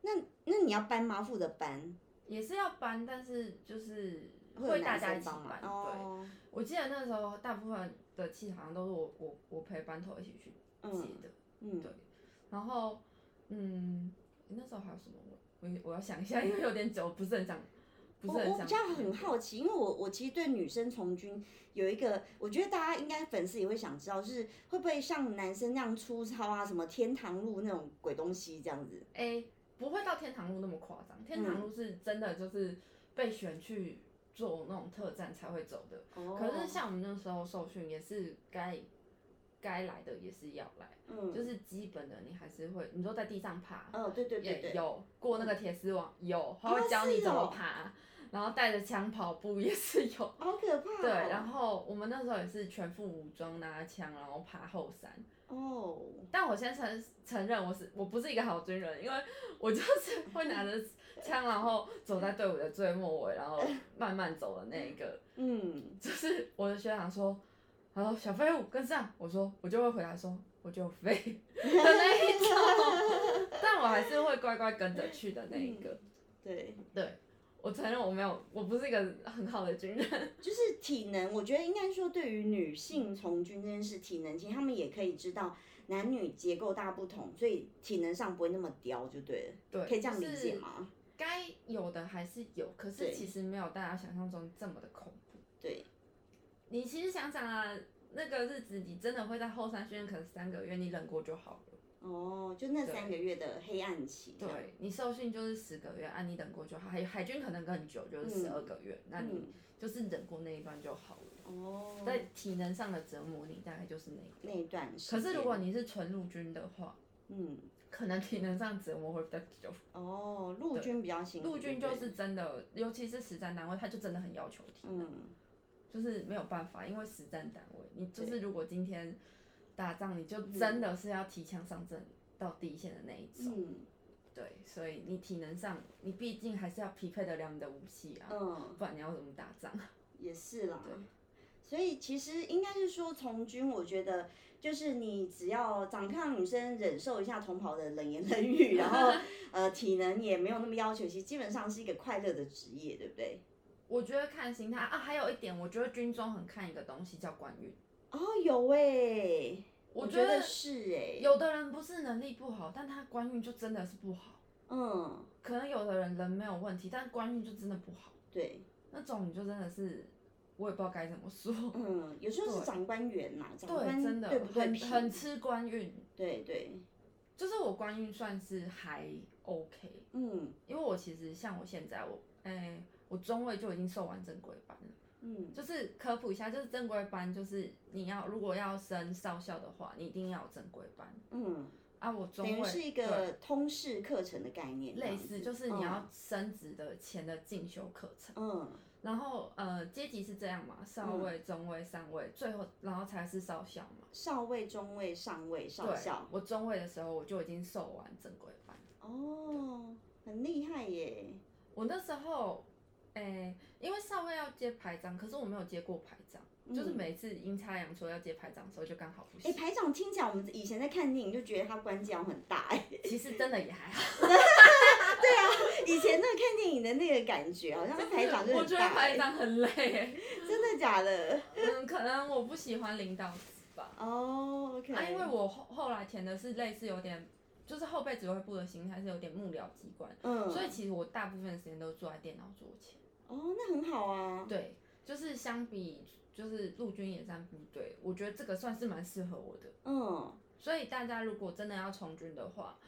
[SPEAKER 1] 那那你要搬吗？负责搬，
[SPEAKER 2] 也是要搬，但是就是
[SPEAKER 1] 有
[SPEAKER 2] 会大
[SPEAKER 1] 男
[SPEAKER 2] 家
[SPEAKER 1] 生
[SPEAKER 2] 一起
[SPEAKER 1] 帮忙
[SPEAKER 2] 搬。对，
[SPEAKER 1] 哦，
[SPEAKER 2] 我记得那时候大部分的器材好像都是我我我陪班头一起去借
[SPEAKER 1] 嗯
[SPEAKER 2] 的，
[SPEAKER 1] 嗯
[SPEAKER 2] 对，然后嗯，那时候还有什么我我我要想一下，因为有点久，不是很想，不
[SPEAKER 1] 我
[SPEAKER 2] 是很
[SPEAKER 1] 我
[SPEAKER 2] 想。
[SPEAKER 1] 比较很好奇，因为我我其实对女生从军有一个，我觉得大家应该粉丝也会想知道，是会不会像男生那样粗糙啊，什么天堂路那种鬼东西这样子？
[SPEAKER 2] 哎、不会到天堂路那么夸张，
[SPEAKER 1] 嗯
[SPEAKER 2] 天堂路是真的就是被选去做那种特战才会走的。
[SPEAKER 1] 哦
[SPEAKER 2] 可是像我们那时候受训也是该该来的也是要来，
[SPEAKER 1] 嗯，
[SPEAKER 2] 就是基本的你还是会，你说在地上爬，
[SPEAKER 1] 哦，对对对
[SPEAKER 2] 也
[SPEAKER 1] 对，
[SPEAKER 2] 有过那个铁丝网，有，他
[SPEAKER 1] 啊
[SPEAKER 2] 会教你
[SPEAKER 1] 是
[SPEAKER 2] 怎么
[SPEAKER 1] 哦
[SPEAKER 2] 爬，然后带着枪跑步也是 有。
[SPEAKER 1] 好可怕、哦。
[SPEAKER 2] 对，然后我们那时候也是全副武装，拿枪，然后爬后山。
[SPEAKER 1] 哦，
[SPEAKER 2] 但我先承承认，我是我不是一个好军人，因为我就是会拿着 枪，然后走在队伍的最末尾，然后慢慢走的那一个。
[SPEAKER 1] 嗯，
[SPEAKER 2] 就是我的学长说，他说小飞舞跟上，我说我就会回答说我就飞的那一种， 但我还是会乖乖跟着去的那一个。
[SPEAKER 1] 嗯对，
[SPEAKER 2] 对，我承认我没有，我不是一个很好的军人。
[SPEAKER 1] 就是体能，我觉得应该说对于女性从军这件事，体能其实他们也可以知道男女结构大不同，所以体能上不会那么刁，就对了，
[SPEAKER 2] 对，
[SPEAKER 1] 可以这样理
[SPEAKER 2] 就是
[SPEAKER 1] 解吗？
[SPEAKER 2] 该有的还是有，可是
[SPEAKER 1] 对
[SPEAKER 2] 其实没有大家想象中这么的恐怖。
[SPEAKER 1] 对，
[SPEAKER 2] 你其实想想啊，那个日子你真的会在后山训练，可能三个月，你忍过就好了。
[SPEAKER 1] 哦，就那
[SPEAKER 2] 对
[SPEAKER 1] 三个月的黑暗期，这样，
[SPEAKER 2] 对你受训就是十个月，啊，你忍过就好。海海军可能更久，就是
[SPEAKER 1] 嗯
[SPEAKER 2] 十二个月，那你
[SPEAKER 1] 嗯，
[SPEAKER 2] 就是忍过那一段就好了。
[SPEAKER 1] 哦，
[SPEAKER 2] 在体能上的折磨，你大概就是那一
[SPEAKER 1] 那一段时
[SPEAKER 2] 可
[SPEAKER 1] 间，
[SPEAKER 2] 是如果你是纯陆军的话，
[SPEAKER 1] 嗯，
[SPEAKER 2] 可能体能上折磨会比较久。
[SPEAKER 1] 哦，陆
[SPEAKER 2] 对
[SPEAKER 1] 军比较辛苦，
[SPEAKER 2] 陆
[SPEAKER 1] 对
[SPEAKER 2] 军就
[SPEAKER 1] 不对
[SPEAKER 2] 是真的，尤其是实战单位，他就真的很要求体能。
[SPEAKER 1] 嗯，
[SPEAKER 2] 就是没有办法，因为实战单位，你就
[SPEAKER 1] 对
[SPEAKER 2] 是如果今天打仗，你就真的是要提枪上阵到第一线的那一种。
[SPEAKER 1] 嗯
[SPEAKER 2] 对，所以你体能上，你毕竟还是要匹配得了你的武器啊，
[SPEAKER 1] 嗯，
[SPEAKER 2] 不然你要怎么打仗？
[SPEAKER 1] 也是啦
[SPEAKER 2] 对。
[SPEAKER 1] 所以其实应该是说从军，我觉得就是你只要长胖女生忍受一下同袍的冷言冷语，然后 呃体能也没有那么要求，其实基本上是一个快乐的职业，对不对？
[SPEAKER 2] 我觉得看心态啊，还有一点，我觉得军中很看一个东西叫官运。
[SPEAKER 1] 哦，有诶，
[SPEAKER 2] 我
[SPEAKER 1] 觉
[SPEAKER 2] 觉得
[SPEAKER 1] 是欸诶，
[SPEAKER 2] 欸有的人不是能力不好，但他官运就真的是不好。
[SPEAKER 1] 嗯，
[SPEAKER 2] 可能有的人人没有问题，但官运就真的不好，
[SPEAKER 1] 对，
[SPEAKER 2] 那种你就真的是，我也不知道该怎么说。
[SPEAKER 1] 嗯，有时候是
[SPEAKER 2] 对
[SPEAKER 1] 长官员呐，长官
[SPEAKER 2] 对，真的
[SPEAKER 1] 对不对
[SPEAKER 2] 很
[SPEAKER 1] 皮？
[SPEAKER 2] 很吃官运，
[SPEAKER 1] 对对，
[SPEAKER 2] 就是我官运算是还 OK，
[SPEAKER 1] 嗯
[SPEAKER 2] 因为我其实像我现在我，哎、我中位就已经受完正规班了。
[SPEAKER 1] 嗯
[SPEAKER 2] 就是科普一下，就是正规班，就是你要如果要升少校的话，你一定要有正规班
[SPEAKER 1] 嗯，
[SPEAKER 2] 啊。我中
[SPEAKER 1] 等于
[SPEAKER 2] 位
[SPEAKER 1] 是一
[SPEAKER 2] 对
[SPEAKER 1] 个通识课程的概念这样
[SPEAKER 2] 类
[SPEAKER 1] 子，
[SPEAKER 2] 似，就是你要升职的前的进修课程。
[SPEAKER 1] 嗯
[SPEAKER 2] 然后呃，阶级是这样嘛，少尉、中尉、上尉，最后然后才是少校嘛。
[SPEAKER 1] 少尉、中尉、上尉、少
[SPEAKER 2] 对
[SPEAKER 1] 校，，
[SPEAKER 2] 我中尉的时候我就已经受完正规班。
[SPEAKER 1] 哦，很厉害耶。
[SPEAKER 2] 我那时候，诶、因为少尉要接排长，可是我没有接过排长，就是
[SPEAKER 1] 嗯
[SPEAKER 2] 每次阴差阳错要接排长的时候，就刚好不
[SPEAKER 1] 哎、
[SPEAKER 2] 行。
[SPEAKER 1] 排长听起来，我们以前在看电影就觉得他官阶好像很大 哎、
[SPEAKER 2] 其实真的也还好，
[SPEAKER 1] 以前那个看电影的那个感觉，好像排长就
[SPEAKER 2] 我
[SPEAKER 1] 很
[SPEAKER 2] 觉得
[SPEAKER 1] 大、
[SPEAKER 2] 排
[SPEAKER 1] 欸，
[SPEAKER 2] 长很累。
[SPEAKER 1] 真的假的？
[SPEAKER 2] 嗯，可能我不喜欢领导职吧。
[SPEAKER 1] 哦、o k
[SPEAKER 2] 啊，因为我后后来填的是类似有点，就是后备指挥部的形态是有点幕僚机关，
[SPEAKER 1] 嗯，
[SPEAKER 2] 所以其实我大部分时间都坐在电脑桌前。
[SPEAKER 1] 哦那很好啊。
[SPEAKER 2] 对，就是相比就是陆军野战部队，我觉得这个算是蛮适合我的。
[SPEAKER 1] 嗯，
[SPEAKER 2] 所以大家如果真的要从军的话，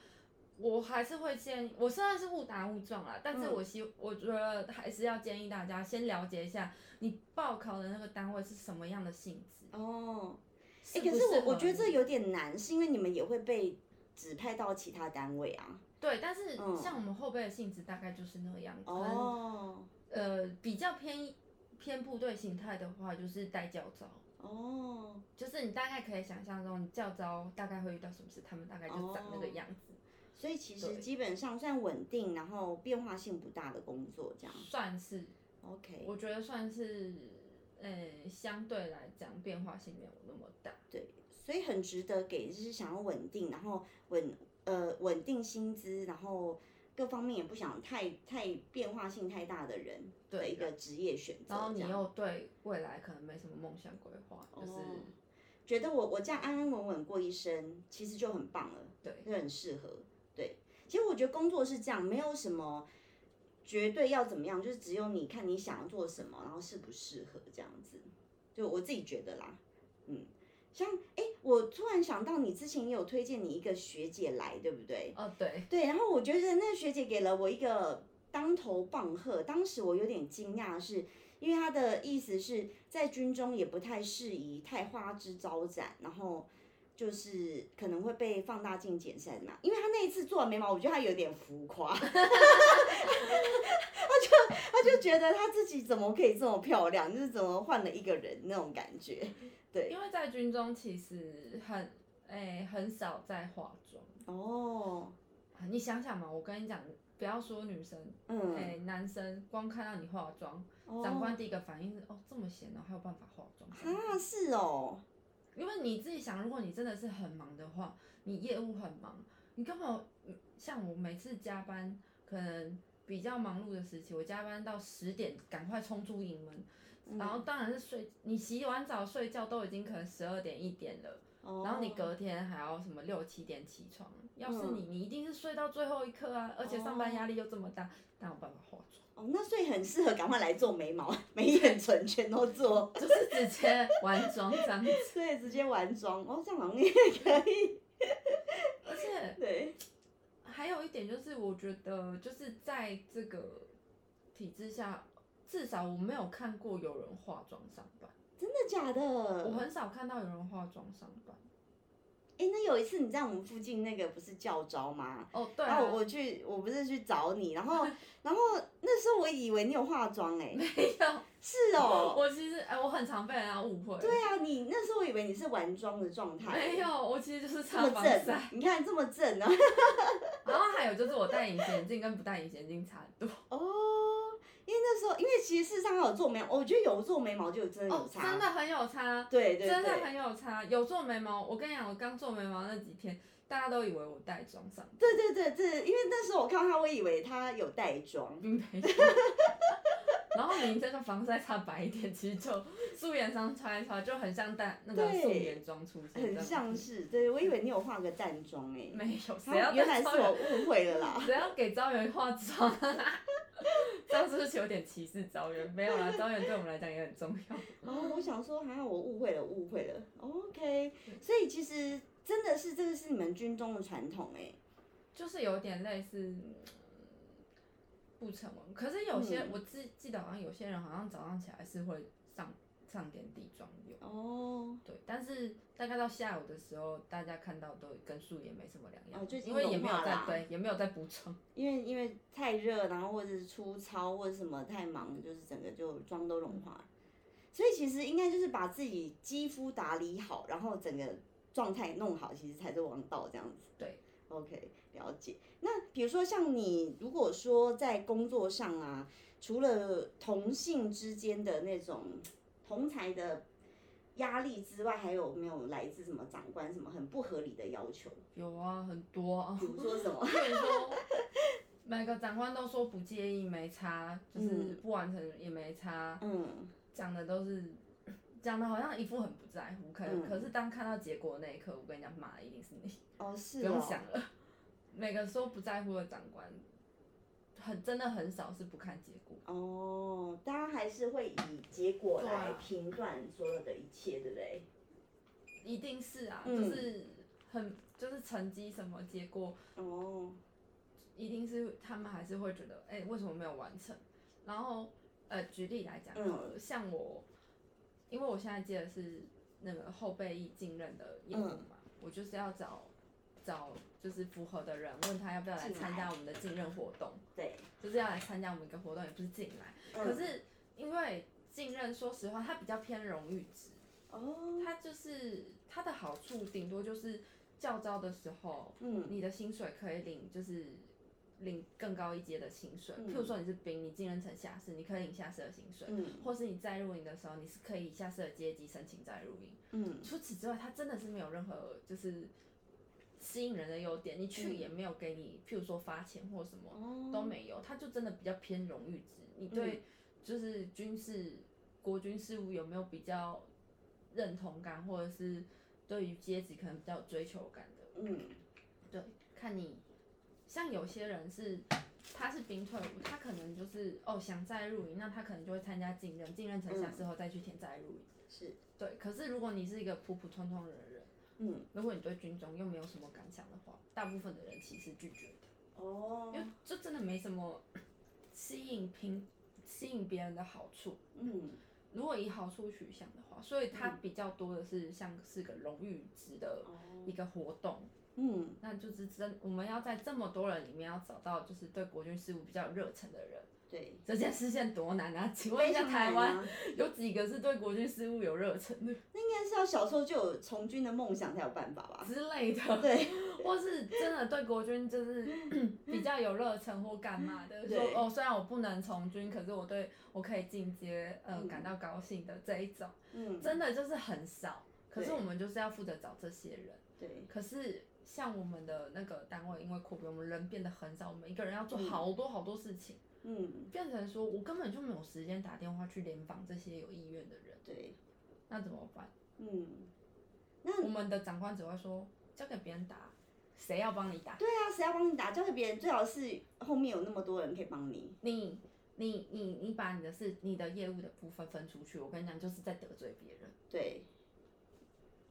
[SPEAKER 2] 我还是会建议，我虽然是误打误撞啦，但是
[SPEAKER 1] 嗯
[SPEAKER 2] 我希、我觉得还是要建议大家先了解一下你报考的那个单位是什么样的性质。
[SPEAKER 1] 哦，哎、
[SPEAKER 2] 哎
[SPEAKER 1] 可是我我觉得这有点难，是因为你们也会被指派到其他单位啊。
[SPEAKER 2] 对，但是
[SPEAKER 1] 嗯
[SPEAKER 2] 像我们后备的性质大概就是那个样子，可能、
[SPEAKER 1] 哦，
[SPEAKER 2] 呃比较偏偏部队形态的话，就是带教招。
[SPEAKER 1] 哦，
[SPEAKER 2] 就是你大概可以想象中，你教招大概会遇到什么事，他们大概就长那个
[SPEAKER 1] 哦
[SPEAKER 2] 样子
[SPEAKER 1] 所以其实
[SPEAKER 2] 对
[SPEAKER 1] 基本上算稳定，然后变化性不大的工作这样。
[SPEAKER 2] 算是
[SPEAKER 1] OK，
[SPEAKER 2] 我觉得算是，呃，相对来讲变化性没有那么大。
[SPEAKER 1] 对，所以很值得给，就是想要稳定，然后稳呃稳定薪资，然后各方面也不想太太变化性太大的人的
[SPEAKER 2] 对
[SPEAKER 1] 一个职业选择。
[SPEAKER 2] 然后
[SPEAKER 1] 这
[SPEAKER 2] 你
[SPEAKER 1] 样
[SPEAKER 2] 又对未来可能没什么梦想规划，就是、
[SPEAKER 1] 哦觉得我我这样安安稳稳过一生，其实就很棒了，
[SPEAKER 2] 对
[SPEAKER 1] 就很适合。对，其实我觉得工作是这样，没有什么绝对要怎么样，就是只有你看你想要做什么，然后适不适合这样子。就我自己觉得啦，嗯，像哎、我突然想到，你之前也有推荐你一个学姐来，对不对？
[SPEAKER 2] 哦，对，
[SPEAKER 1] 对，然后我觉得那个学姐给了我一个当头棒喝，当时我有点惊讶是，因为她的意思是在军中也不太适宜太花枝招展，然后就是可能会被放大镜检视嘛。因为她那一次做完眉毛，我觉得她有点浮夸， 她就她就觉得她自己怎么可以这么漂亮，就是怎么换了一个人那种感觉。对，
[SPEAKER 2] 因为在军中其实很，哎、很少在化妆。
[SPEAKER 1] 哦，
[SPEAKER 2] 啊你想想嘛，我跟你讲，不要说女生，哎、
[SPEAKER 1] 嗯，
[SPEAKER 2] 男生光看到你化妆，
[SPEAKER 1] 哦
[SPEAKER 2] 长官第一个反应是哦，这么闲哦，还有办法化妆？
[SPEAKER 1] 啊，是哦，
[SPEAKER 2] 因为你自己想，如果你真的是很忙的话，你业务很忙，你根本像我每次加班，可能比较忙碌的时期，我加班到十点，赶快冲出营门，
[SPEAKER 1] 嗯
[SPEAKER 2] 然后当然是睡，你洗完澡睡觉都已经可能十二点一点了，
[SPEAKER 1] 哦
[SPEAKER 2] 然后你隔天还要什么六七点起床，要是
[SPEAKER 1] 嗯
[SPEAKER 2] 你，你一定是睡到最后一刻啊，而且上班压力又这么大，哪有办法化妆？
[SPEAKER 1] 哦，那所以很适合赶快来做眉毛、 眉眼、唇全都做，
[SPEAKER 2] 就是直接 玩妆这样子，
[SPEAKER 1] 对，直接完妆哦，这样好像也可以。
[SPEAKER 2] 而且。
[SPEAKER 1] 对，
[SPEAKER 2] 还有一点就是，我觉得就是在这个体制下，至少我没有看过有人化妆上班，
[SPEAKER 1] 真的假的？
[SPEAKER 2] 我很少看到有人化妆上班。
[SPEAKER 1] 哎、那有一次你在我们附近那个不是教招吗？
[SPEAKER 2] 哦，对
[SPEAKER 1] 然
[SPEAKER 2] 啊，
[SPEAKER 1] 后我去，我不是去找你，然 后然后那时候我以为你有化妆哎、
[SPEAKER 2] 没有，
[SPEAKER 1] 是哦，
[SPEAKER 2] 我其实哎，我很常被人家误会。
[SPEAKER 1] 对啊，你那时候我以为你是完妆的状态，
[SPEAKER 2] 没有，我其实就是
[SPEAKER 1] 这
[SPEAKER 2] 擦
[SPEAKER 1] 么
[SPEAKER 2] 防
[SPEAKER 1] 正
[SPEAKER 2] 晒，，
[SPEAKER 1] 你看这么正啊，
[SPEAKER 2] 然后还有就是我戴隐形眼镜跟不戴隐形眼镜差很多。
[SPEAKER 1] 哦，因为那时候因为其实事实上还有做眉毛，我觉得有做眉毛就真 的有
[SPEAKER 2] 哦，
[SPEAKER 1] 差，
[SPEAKER 2] 真的很有差，
[SPEAKER 1] 对对对，
[SPEAKER 2] 真的很有差。有做眉毛，我跟你讲，我刚做眉毛那几天，大家都以为我带妆上班，
[SPEAKER 1] 对对对对，因为那时候我看到他，我以为他有带妆。
[SPEAKER 2] 并没有。 然后你这个防晒擦白一点，其实就素颜上擦一擦，就很像淡那个
[SPEAKER 1] 对
[SPEAKER 2] 素颜妆出现，
[SPEAKER 1] 很像。是，对我以为你有化个淡妆哎、
[SPEAKER 2] 嗯没有，谁
[SPEAKER 1] 然
[SPEAKER 2] 要
[SPEAKER 1] 后原来是
[SPEAKER 2] 给招人
[SPEAKER 1] 我误会了 啦。
[SPEAKER 2] 谁要给招员化妆、啊？这样是不是有点歧视招员？没有啦，招员对我们来讲也很重要。
[SPEAKER 1] 然后我想说，啊，我误会了，误会了。OK，所哦以其实真的是这个是你们军中的传统哎、
[SPEAKER 2] 就是有点类似嗯不成文，可是有些、
[SPEAKER 1] 嗯
[SPEAKER 2] 我记记得好像有些人好像早上起来是会上上点底妆油。
[SPEAKER 1] 哦，
[SPEAKER 2] 对，但是大概到下午的时候，大家看到都跟素颜没什么两样，
[SPEAKER 1] 哦就已经
[SPEAKER 2] 因为也没
[SPEAKER 1] 融
[SPEAKER 2] 有
[SPEAKER 1] 化
[SPEAKER 2] 在
[SPEAKER 1] 啦
[SPEAKER 2] 对，也没有在补妆。
[SPEAKER 1] 因为因为太热，然后或者是粗糙或者什么太忙，就是整个就妆都融化了。所以其实应该就是把自己肌肤打理好，然后整个状态弄好，其实才是王道这样子。
[SPEAKER 2] 对
[SPEAKER 1] ，OK，了解。那比如说像你，如果说在工作上啊，除了同性之间的那种同才的压力之外，还有没有来自什么长官什么很不合理的要求？
[SPEAKER 2] 有啊，很多啊
[SPEAKER 1] 比。如说什么
[SPEAKER 2] 我？跟你说，每个长官都说不介意，没差，就是
[SPEAKER 1] 嗯
[SPEAKER 2] 不完成也没差，
[SPEAKER 1] 嗯，
[SPEAKER 2] 讲的都是讲的好像一副很不在乎，可能、
[SPEAKER 1] 嗯
[SPEAKER 2] 可是当看到结果那一刻，我跟你讲，骂的一定是你，
[SPEAKER 1] 哦，是
[SPEAKER 2] 不用
[SPEAKER 1] 哦
[SPEAKER 2] 想了。每个说不在乎的长官，很真的很少是不看结果。
[SPEAKER 1] 哦，大家还是会以结果
[SPEAKER 2] 对啊
[SPEAKER 1] 来评断所有的一切，对不对？
[SPEAKER 2] 一定是啊，
[SPEAKER 1] 嗯
[SPEAKER 2] 就是很就是成绩什么结果，
[SPEAKER 1] 哦，
[SPEAKER 2] 一定是他们还是会觉得，哎、为什么没有完成？然后呃，举例来讲好了，像我，因为我现在接的是那个后备役进任的业务嘛，我就是要找找就是符合的人，问他要不要来
[SPEAKER 1] 进来
[SPEAKER 2] 参加我们的进任活动，
[SPEAKER 1] 对。
[SPEAKER 2] 就是要来参加我们一个活动，也不是进来，
[SPEAKER 1] 嗯
[SPEAKER 2] 可是因为进任，说实话，它比较偏荣誉值。
[SPEAKER 1] 哦，
[SPEAKER 2] 它就是它的好处，顶多就是教招的时候，
[SPEAKER 1] 嗯
[SPEAKER 2] 你的薪水可以领，就是领更高一阶的薪水。
[SPEAKER 1] 嗯
[SPEAKER 2] 譬如说你是兵，你进人成下士，你可以领下士的薪水；
[SPEAKER 1] 嗯
[SPEAKER 2] 或是你再入营的时候，你是可以以下士的阶级申请再入营。
[SPEAKER 1] 嗯，
[SPEAKER 2] 除此之外，它真的是没有任何就是吸引人的优点，你去
[SPEAKER 1] 嗯
[SPEAKER 2] 也没有给你，譬如说发钱或什么
[SPEAKER 1] 哦，
[SPEAKER 2] 都没有，它就真的比较偏荣誉值。你对就是军事国军事务有没有比较认同感，或者是对于阶级可能比较有追求感的？
[SPEAKER 1] 嗯，
[SPEAKER 2] 对，看你像有些人是他是兵退伍，他可能就是哦想再入营，那他可能就会参加进任，进任城下之后再去填再入营。
[SPEAKER 1] 是，
[SPEAKER 2] 对，可是如果你是一个普普通通的人，
[SPEAKER 1] 嗯，
[SPEAKER 2] 如果你对军中又没有什么感想的话，大部分的人其实拒绝的，
[SPEAKER 1] 哦
[SPEAKER 2] 因，为这真的没什么吸引平吸引别人的好处。
[SPEAKER 1] 嗯，
[SPEAKER 2] 如果以好处取向的话，所以它比较多的是像是个荣誉值的一
[SPEAKER 1] 哦，
[SPEAKER 2] 个活动，
[SPEAKER 1] 嗯，
[SPEAKER 2] 那就是真我们要在这么多人里面要找到就是对国军事务比较有热忱的人，
[SPEAKER 1] 对。
[SPEAKER 2] 这件事情多难啊！请问一下，
[SPEAKER 1] 非常难
[SPEAKER 2] 台湾
[SPEAKER 1] 啊，
[SPEAKER 2] 有几个是对国军事务有热忱的
[SPEAKER 1] 那应该是要小时候就有从军的梦想才有办法吧？
[SPEAKER 2] 之类的？
[SPEAKER 1] 对，
[SPEAKER 2] 或是真的对国军就是 比较有热忱或干嘛的，说
[SPEAKER 1] 对
[SPEAKER 2] 哦，虽然我不能从军，可是我对我可以进阶，呃，
[SPEAKER 1] 嗯
[SPEAKER 2] 感到高兴的这一种，
[SPEAKER 1] 嗯，
[SPEAKER 2] 真的就是很少。可是
[SPEAKER 1] 对
[SPEAKER 2] 我们就是要负责找这些人。
[SPEAKER 1] 对，
[SPEAKER 2] 可是像我们的那个单位，因为扩编，我们人变得很少，我们一个人要做好多好多事情，
[SPEAKER 1] 嗯，
[SPEAKER 2] 变成说我根本就没有时间打电话去联访这些有意愿的人，
[SPEAKER 1] 对，
[SPEAKER 2] 那怎么办？
[SPEAKER 1] 嗯，
[SPEAKER 2] 我们的长官只会说交给别人打，谁要帮你打？
[SPEAKER 1] 对啊，谁要帮你打？交给别人，最好是后面有那么多人可以帮你。
[SPEAKER 2] 你你你你把你的事、你的业务的部分分出去，我跟你讲，就是在得罪别人。
[SPEAKER 1] 对，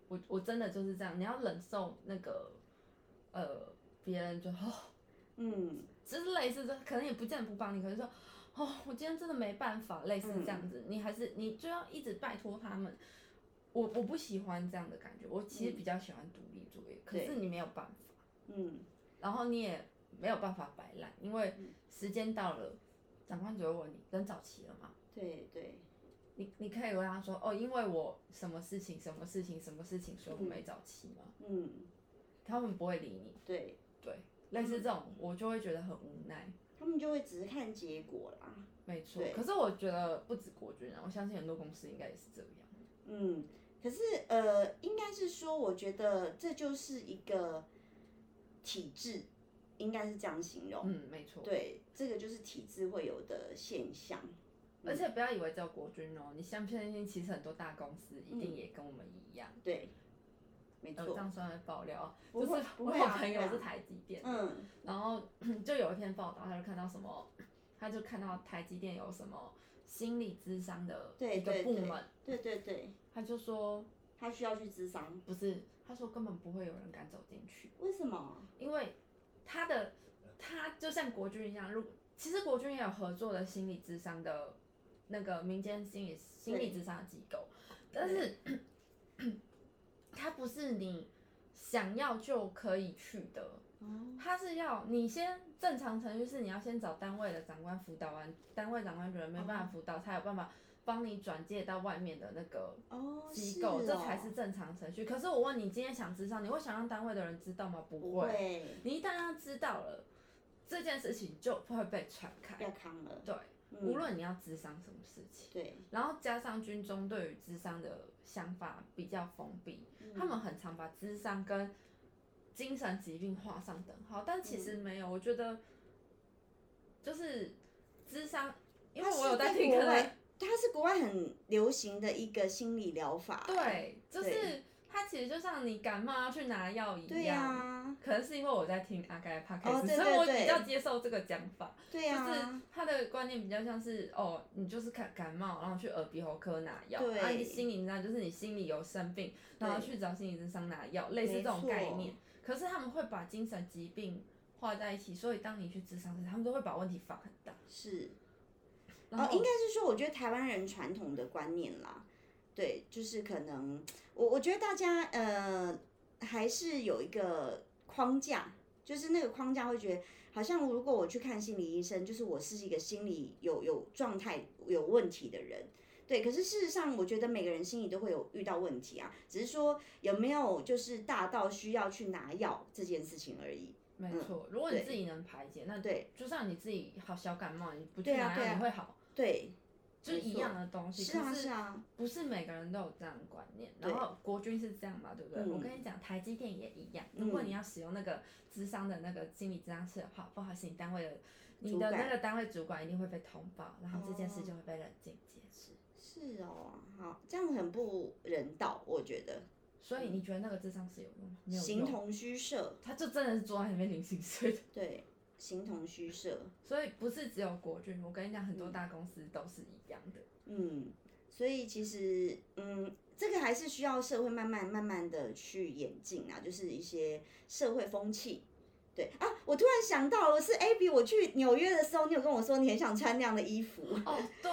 [SPEAKER 2] 我我真的就是这样，你要忍受那个呃别人就哦
[SPEAKER 1] 嗯，
[SPEAKER 2] 就是类似这，可能也不见得不帮你，可能说，哦，我今天真的没办法，类似这样子，你还是你就要一直拜托他们。我我不喜欢这样的感觉，我其实比较喜欢独立作业，可
[SPEAKER 1] 对
[SPEAKER 2] 是你没有办法，
[SPEAKER 1] 嗯，
[SPEAKER 2] 然后你也没有办法摆烂，因为时间到了，长官就会问你人早齐了吗？
[SPEAKER 1] 对对，
[SPEAKER 2] 你你可以跟他说，哦，因为我什么事情什么事情什么事情，所以我没早齐嘛，
[SPEAKER 1] 嗯，
[SPEAKER 2] 他们不会理你，
[SPEAKER 1] 对，
[SPEAKER 2] 对，类似这种我就会觉得很无奈。
[SPEAKER 1] 他们就会只是看结果啦。
[SPEAKER 2] 没错
[SPEAKER 1] 对，
[SPEAKER 2] 可是我觉得不止国军啊，我相信很多公司应该也是这样。
[SPEAKER 1] 嗯，可是呃，应该是说，我觉得这就是一个体制，应该是这样形容。
[SPEAKER 2] 嗯，没错。
[SPEAKER 1] 对，这个就是体制会有的现象。
[SPEAKER 2] 而且不要以为只有国军哦，你相不相信？其实很多大公司一定也跟我们一样。
[SPEAKER 1] 对，没
[SPEAKER 2] 呃，
[SPEAKER 1] 错
[SPEAKER 2] 这。样算是爆料啊，
[SPEAKER 1] 嗯不会
[SPEAKER 2] 就是
[SPEAKER 1] 不
[SPEAKER 2] 我
[SPEAKER 1] 会
[SPEAKER 2] 有
[SPEAKER 1] 啊
[SPEAKER 2] 朋
[SPEAKER 1] 不会
[SPEAKER 2] 友
[SPEAKER 1] 啊
[SPEAKER 2] 是台积电，
[SPEAKER 1] 嗯，
[SPEAKER 2] 然后 就有一篇报道，他就看到什么，他就看到台积电有什么心理智商的
[SPEAKER 1] 对
[SPEAKER 2] 一个
[SPEAKER 1] 对
[SPEAKER 2] 部
[SPEAKER 1] 对
[SPEAKER 2] 门，
[SPEAKER 1] 对对对，
[SPEAKER 2] 他就说
[SPEAKER 1] 他需要去咨商，
[SPEAKER 2] 不是，他说根本不会有人敢走进去，
[SPEAKER 1] 为什么？
[SPEAKER 2] 因为他的他就像国军一样，如其实国军也有合作的心理智商的那个民间心理心理智商的机构，但是 它不是你想要就可以去的，
[SPEAKER 1] 哦，
[SPEAKER 2] 它是要你先正常程序是你要先找单位的长官辅导完，单位长官觉得没办法辅导，才有办法帮你转介到外面的那个
[SPEAKER 1] 哦，
[SPEAKER 2] 机
[SPEAKER 1] 是
[SPEAKER 2] 构，这
[SPEAKER 1] 哦
[SPEAKER 2] 才是正常程序。可是我问你，今天想知道，你会想让单位的人知道吗？不
[SPEAKER 1] 不
[SPEAKER 2] 会。
[SPEAKER 1] 会
[SPEAKER 2] 你一旦让他知道了这件事情，就会被传
[SPEAKER 1] 要
[SPEAKER 2] 开。
[SPEAKER 1] 扛了。
[SPEAKER 2] 对，
[SPEAKER 1] 嗯
[SPEAKER 2] 无论你要智商什么事情，
[SPEAKER 1] 对，
[SPEAKER 2] 然后加上军中对于智商的想法比较封闭，
[SPEAKER 1] 嗯
[SPEAKER 2] 他们很常把智商跟精神疾病画上等号，但其
[SPEAKER 1] 嗯
[SPEAKER 2] 实没有。我觉得就是智商，因为
[SPEAKER 1] 它是
[SPEAKER 2] 我有在
[SPEAKER 1] 在
[SPEAKER 2] 听，
[SPEAKER 1] 国
[SPEAKER 2] 可能
[SPEAKER 1] 外它是国外很流行的一个心理疗法。
[SPEAKER 2] 对，就是
[SPEAKER 1] 对
[SPEAKER 2] 它其实就像你感冒要去拿药一
[SPEAKER 1] 对
[SPEAKER 2] 样。
[SPEAKER 1] 呀，
[SPEAKER 2] 可能是因为我在听阿盖的 podcast，、
[SPEAKER 1] 哦对
[SPEAKER 2] 所以我
[SPEAKER 1] 对对
[SPEAKER 2] 比较接受这个讲法。
[SPEAKER 1] 对啊呀，
[SPEAKER 2] 就是他的观念比较像是哦，你就是感感冒，然后去耳鼻喉科拿药，
[SPEAKER 1] 对
[SPEAKER 2] 啊，你心理上就是你心里有生病，然后去找心理医生拿药，类似这种概念。可是他们会把精神疾病画在一起，所以当你去智商时，他们都会把问题放很大。
[SPEAKER 1] 是，
[SPEAKER 2] 然
[SPEAKER 1] 哦，
[SPEAKER 2] 后、
[SPEAKER 1] 应该是说，我觉得台湾人传统的观念啦，对，就是可能我我觉得大家呃还是有一个框架，就是那个框架会觉得，好像如果我去看心理医生，就是我是一个心理有有状态有问题的人。对，可是事实上，我觉得每个人心里都会有遇到问题啊，只是说有没有就是大到需要去拿药这件事情而已。
[SPEAKER 2] 没错，如果你自己能排解，那
[SPEAKER 1] 嗯对，
[SPEAKER 2] 就像你自己好小感冒，你不去
[SPEAKER 1] 对啊
[SPEAKER 2] 拿
[SPEAKER 1] 对
[SPEAKER 2] 药
[SPEAKER 1] 啊
[SPEAKER 2] 你会好，
[SPEAKER 1] 对，
[SPEAKER 2] 就是
[SPEAKER 1] 没
[SPEAKER 2] 一
[SPEAKER 1] 错
[SPEAKER 2] 样的东西。
[SPEAKER 1] 是啊
[SPEAKER 2] 可是
[SPEAKER 1] 是啊，
[SPEAKER 2] 不是每个人都有这样的观念，
[SPEAKER 1] 对
[SPEAKER 2] 然后国军是这样嘛，对不对？
[SPEAKER 1] 嗯
[SPEAKER 2] 我跟你讲，台积电也一样。如果你要使用那个智商的那个心理智商是的话，不好意思，你单位的你的
[SPEAKER 1] 主管
[SPEAKER 2] 那个单位主管一定会被通报，然后这件事就会被冷静解释。
[SPEAKER 1] 是哦，好，这样很不人道，我觉得。
[SPEAKER 2] 所以你觉得那个智商是有用吗？没有
[SPEAKER 1] 形
[SPEAKER 2] 用，
[SPEAKER 1] 同虚设，
[SPEAKER 2] 他就真的是坐在那边零零碎的。
[SPEAKER 1] 对，形同虚设。
[SPEAKER 2] 所以不是只有国军，我跟你讲，很多大公司都是一样 的。
[SPEAKER 1] 嗯，所以其实，嗯，这个还是需要社会慢慢慢慢的去演进啊，就是一些社会风气。对啊，我突然想到了，是 Abby，我去纽约的时候，你有跟我说你很想穿那样的衣服。
[SPEAKER 2] 哦，对，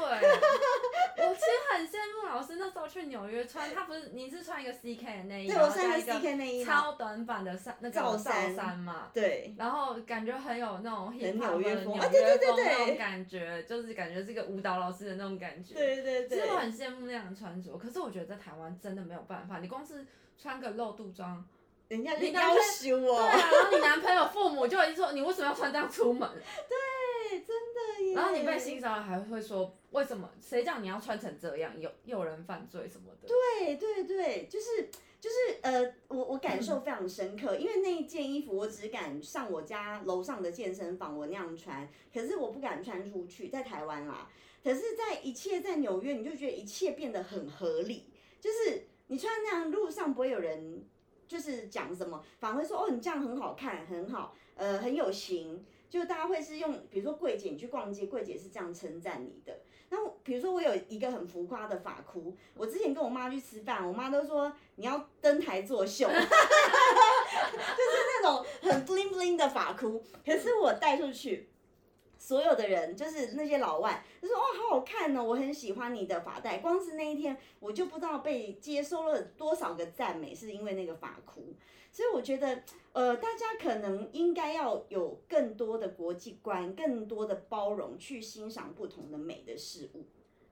[SPEAKER 2] 我其实很羡慕老师那时候去纽约穿，他不是你是穿一个 CK 的内衣，
[SPEAKER 1] 对
[SPEAKER 2] 然
[SPEAKER 1] 我
[SPEAKER 2] 后
[SPEAKER 1] 穿
[SPEAKER 2] 加
[SPEAKER 1] 一
[SPEAKER 2] 一
[SPEAKER 1] 个 CK 内衣嘛
[SPEAKER 2] 超短版的衫，那个
[SPEAKER 1] 罩
[SPEAKER 2] 罩
[SPEAKER 1] 衫
[SPEAKER 2] 衫嘛。
[SPEAKER 1] 对，
[SPEAKER 2] 然后感觉很有那种 hip
[SPEAKER 1] 很
[SPEAKER 2] hop
[SPEAKER 1] 纽约
[SPEAKER 2] 的
[SPEAKER 1] 风
[SPEAKER 2] 纽
[SPEAKER 1] 啊对对
[SPEAKER 2] 约
[SPEAKER 1] 对
[SPEAKER 2] 风
[SPEAKER 1] 对
[SPEAKER 2] 那种感觉，就是感觉是一个舞蹈老师的那种感觉。
[SPEAKER 1] 对对
[SPEAKER 2] 其
[SPEAKER 1] 对
[SPEAKER 2] 实我，很羡慕那样的穿着，可是我觉得在台湾真的没有办法，你光是穿个露肚装，
[SPEAKER 1] 人家就
[SPEAKER 2] 你
[SPEAKER 1] 要
[SPEAKER 2] 男
[SPEAKER 1] 求
[SPEAKER 2] 对
[SPEAKER 1] 我
[SPEAKER 2] 啊，，然后你男朋友父母就已经说你为什么要穿这样出门，
[SPEAKER 1] 对，真的耶。
[SPEAKER 2] 然后你被欣赏还会说为什么谁叫你要穿成这样，有有人犯罪什么的。对，
[SPEAKER 1] 对对对，就是就是呃，我我感受非常深刻，因为那一件衣服我只敢上我家楼上的健身房我那样穿，可是我不敢穿出去，在台湾啦。可是，在一切在纽约，你就觉得一切变得很合理，就是你穿那样路上不会有人就是讲什么，反而会说哦你这样很好看，很好，呃很有型。就大家会是用，比如说柜姐，你去逛街，柜姐是这样称赞你的。那我比如说我有一个很浮夸的发箍，我之前跟我妈去吃饭，我妈都说你要登台作秀， 就是那种很 bling bling 的发箍。可是我带出去，所有的人就是那些老外就说哇、好好看哦，我很喜欢你的发带。光是那一天，我就不知道被接收了多少个赞美，是因为那个发箍。所以我觉得，呃，大家可能应该要有更多的国际观，更多的包容，去欣赏不同的美的事物。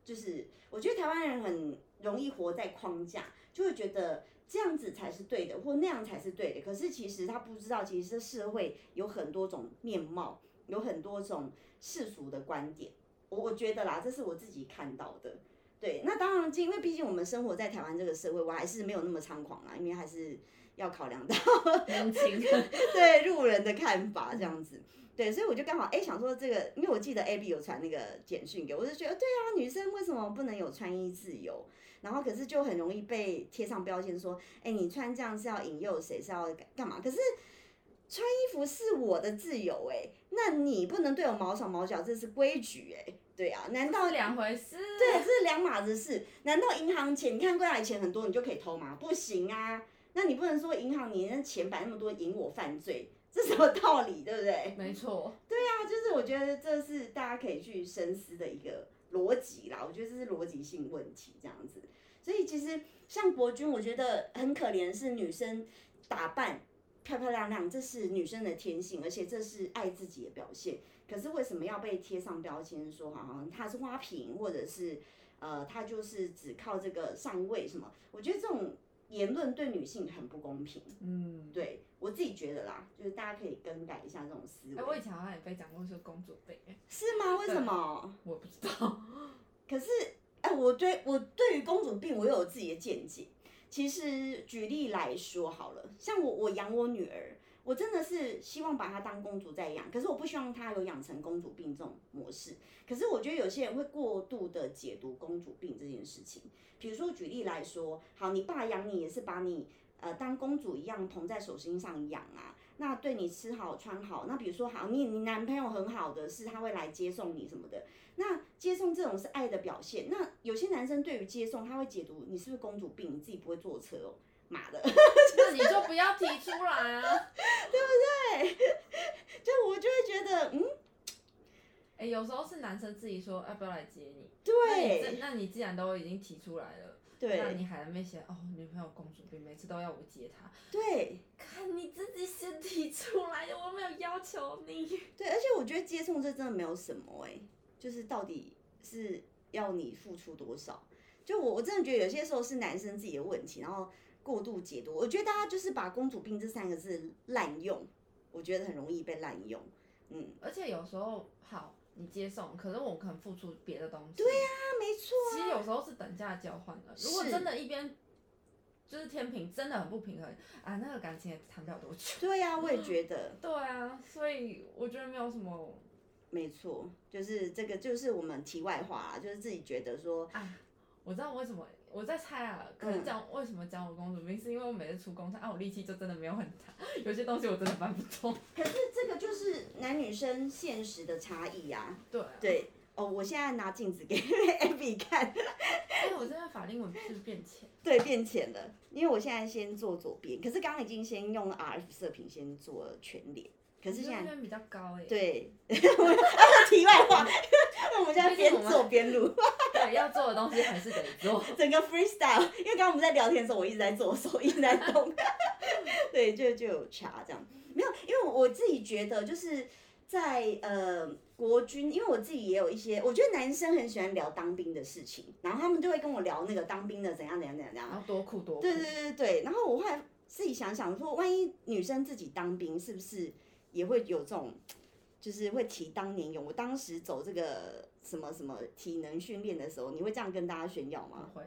[SPEAKER 1] 就是我觉得台湾人很容易活在框架，就会觉得这样子才是对的，或那样才是对的。可是其实他不知道，其实这社会有很多种面貌，有很多种世俗的观点。我我觉得啦，这是我自己看到的。对，那当然，因为毕竟我们生活在台湾这个社会，我还是没有那么猖狂啊啦，因为还是要考量到
[SPEAKER 2] 年轻。
[SPEAKER 1] 对路人的看法这样子。对，所以我就刚好哎、想说这个，因为我记得 A B 有传那个简讯给我，我就觉得对啊，女生为什么不能有穿衣自由？然后可是就很容易被贴上标签，说哎、你穿这样是要引诱谁，是要干嘛？可是穿衣服是我的自由哎、那你不能对我毛手毛脚，这是规矩哎、对啊， 难道
[SPEAKER 2] 是两回事。
[SPEAKER 1] 对，这是两码子事。难道银行钱，你看柜台钱很多，你就可以偷吗？不行啊！那你不能说银行你那钱摆那么多，引我犯罪，这什么道理，对不对？
[SPEAKER 2] 没错，
[SPEAKER 1] 那啊就是我觉得这是大家可以去深思的一个逻辑啦，我觉得这是逻辑性问题这样子。所以其实像国军，我觉得很可怜，是女生打扮漂漂亮亮，这是女生的天性，而且这是爱自己的表现。可是为什么要被贴上标签，说好像她是花瓶，或者是呃，她就是只靠这个上位什么？我觉得这种言论对女性很不公平。
[SPEAKER 2] 嗯，对。
[SPEAKER 1] 对我自己觉得啦，就是大家可以更改一下这种思维。
[SPEAKER 2] 哎，我以前好像也被讲过说公主病，哎
[SPEAKER 1] 是吗？为
[SPEAKER 2] 对
[SPEAKER 1] 什么？
[SPEAKER 2] 我不知道。
[SPEAKER 1] 可是，哎、我对我对于公主病，我有我自己的见解。其实举例来说好了，像我我养我女儿，我真的是希望把她当公主在养，可是我不希望她有养成公主病这种模式。可是我觉得有些人会过度的解读公主病这件事情，比如说举例来说，好，你爸养你也是把你呃当公主一样捧在手心上养啊，那对你吃好穿好，那比如说好，你你男朋友很好的是他会来接送你什么的，那接送这种是爱的表现。那有些男生对于接送，他会解读你是不是公主病，你自己不会坐车哦，妈的！
[SPEAKER 2] 那你就不要提出来啊。
[SPEAKER 1] 就我就会觉得，嗯，
[SPEAKER 2] 哎，有时候是男生自己说要不要来接你，那你这
[SPEAKER 1] 对
[SPEAKER 2] 那你既然都已经提出来了，那
[SPEAKER 1] 对
[SPEAKER 2] 你还在那边写哦，女朋友公主病，每次都要我接她，
[SPEAKER 1] 对
[SPEAKER 2] 看你自己先提出来的，我没有要求你。
[SPEAKER 1] 对，而且我觉得接送这真的没有什么哎、就是到底是要你付出多少？就我我真的觉得有些时候是男生自己的问题，然后过度解读。我觉得大家就是把“公主病”这三个字滥用，我觉得很容易被滥用。嗯，
[SPEAKER 2] 而且有时候好，你接送，可是我可能付出别的东西。对呀、
[SPEAKER 1] 那没错
[SPEAKER 2] 其实有时候是等价交换的。如果
[SPEAKER 1] 是
[SPEAKER 2] 真的一边就是天平真的很不平衡啊，那个感情也谈不了多久。
[SPEAKER 1] 对呀、我也觉得。
[SPEAKER 2] 对啊，所以我觉得没有什么
[SPEAKER 1] 没错，就是这个，就是我们题外话啦，就是自己觉得说，
[SPEAKER 2] 啊。我知道为什么我在猜啊，可是讲为什么讲我公主病，是因为我每次出公差啊，我力气就真的没有很大，有些东西我真的搬不动。
[SPEAKER 1] 可是这个就是男女生现实的差异啊。
[SPEAKER 2] 对、啊，
[SPEAKER 1] 对哦，我现在拿镜子给 Abby 看，
[SPEAKER 2] 哎、我真的法令纹是变浅，
[SPEAKER 1] 对，变浅了，因为我现在先做左边，可是刚刚已经先用 RF 射频先做了全脸，可是
[SPEAKER 2] 你
[SPEAKER 1] 现在
[SPEAKER 2] 这边比较高哎、欸。
[SPEAKER 1] 对， 我们题外话， 那我们现在边做边录，
[SPEAKER 2] 对，要做的东西还是得做。
[SPEAKER 1] 整个 freestyle，因为刚刚我们在聊天的时候，我一直在做，我手一直在动， 对，就就有差这样，没有，因为我我自己觉得就是在呃国军，因为我自己也有一些，我觉得男生很喜欢聊当兵的事情，然后他们就会跟我聊那个当兵的怎样怎样怎样怎样
[SPEAKER 2] 然，后多酷多酷。
[SPEAKER 1] 对对对对，然后我后来自己想想说，万一女生自己当兵，是不是也会有这种，就是会提当年勇？我当时走这个什么什么体能训练的时候，你会这样跟大家炫耀吗？
[SPEAKER 2] 不会，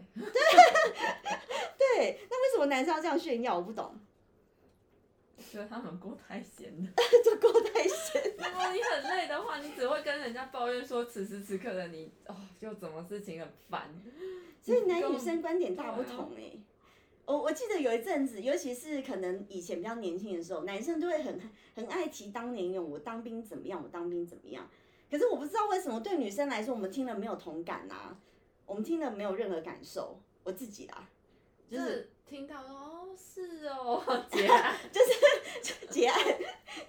[SPEAKER 1] 对，那为什么男生要这样炫耀？我不懂，
[SPEAKER 2] 我觉得他们过太闲了。
[SPEAKER 1] 这够太闲。
[SPEAKER 2] 如果哦你很累的话，你只会跟人家抱怨说此时此刻的你哦，就怎么事情很烦。
[SPEAKER 1] 所以男
[SPEAKER 2] 跟
[SPEAKER 1] 女
[SPEAKER 2] 我
[SPEAKER 1] 生观点大不同哎、 我我记得有一阵子，尤其是可能以前比较年轻的时候，男生都会很很爱提当年勇，我当兵怎么样，我当兵怎么样。可是我不知道为什么对女生来说，我们听了没有同感呐、啊我们听了没有任何感受。我自己啦， 就
[SPEAKER 2] 就是是听到哦，是哦，姐啊，
[SPEAKER 1] 结案，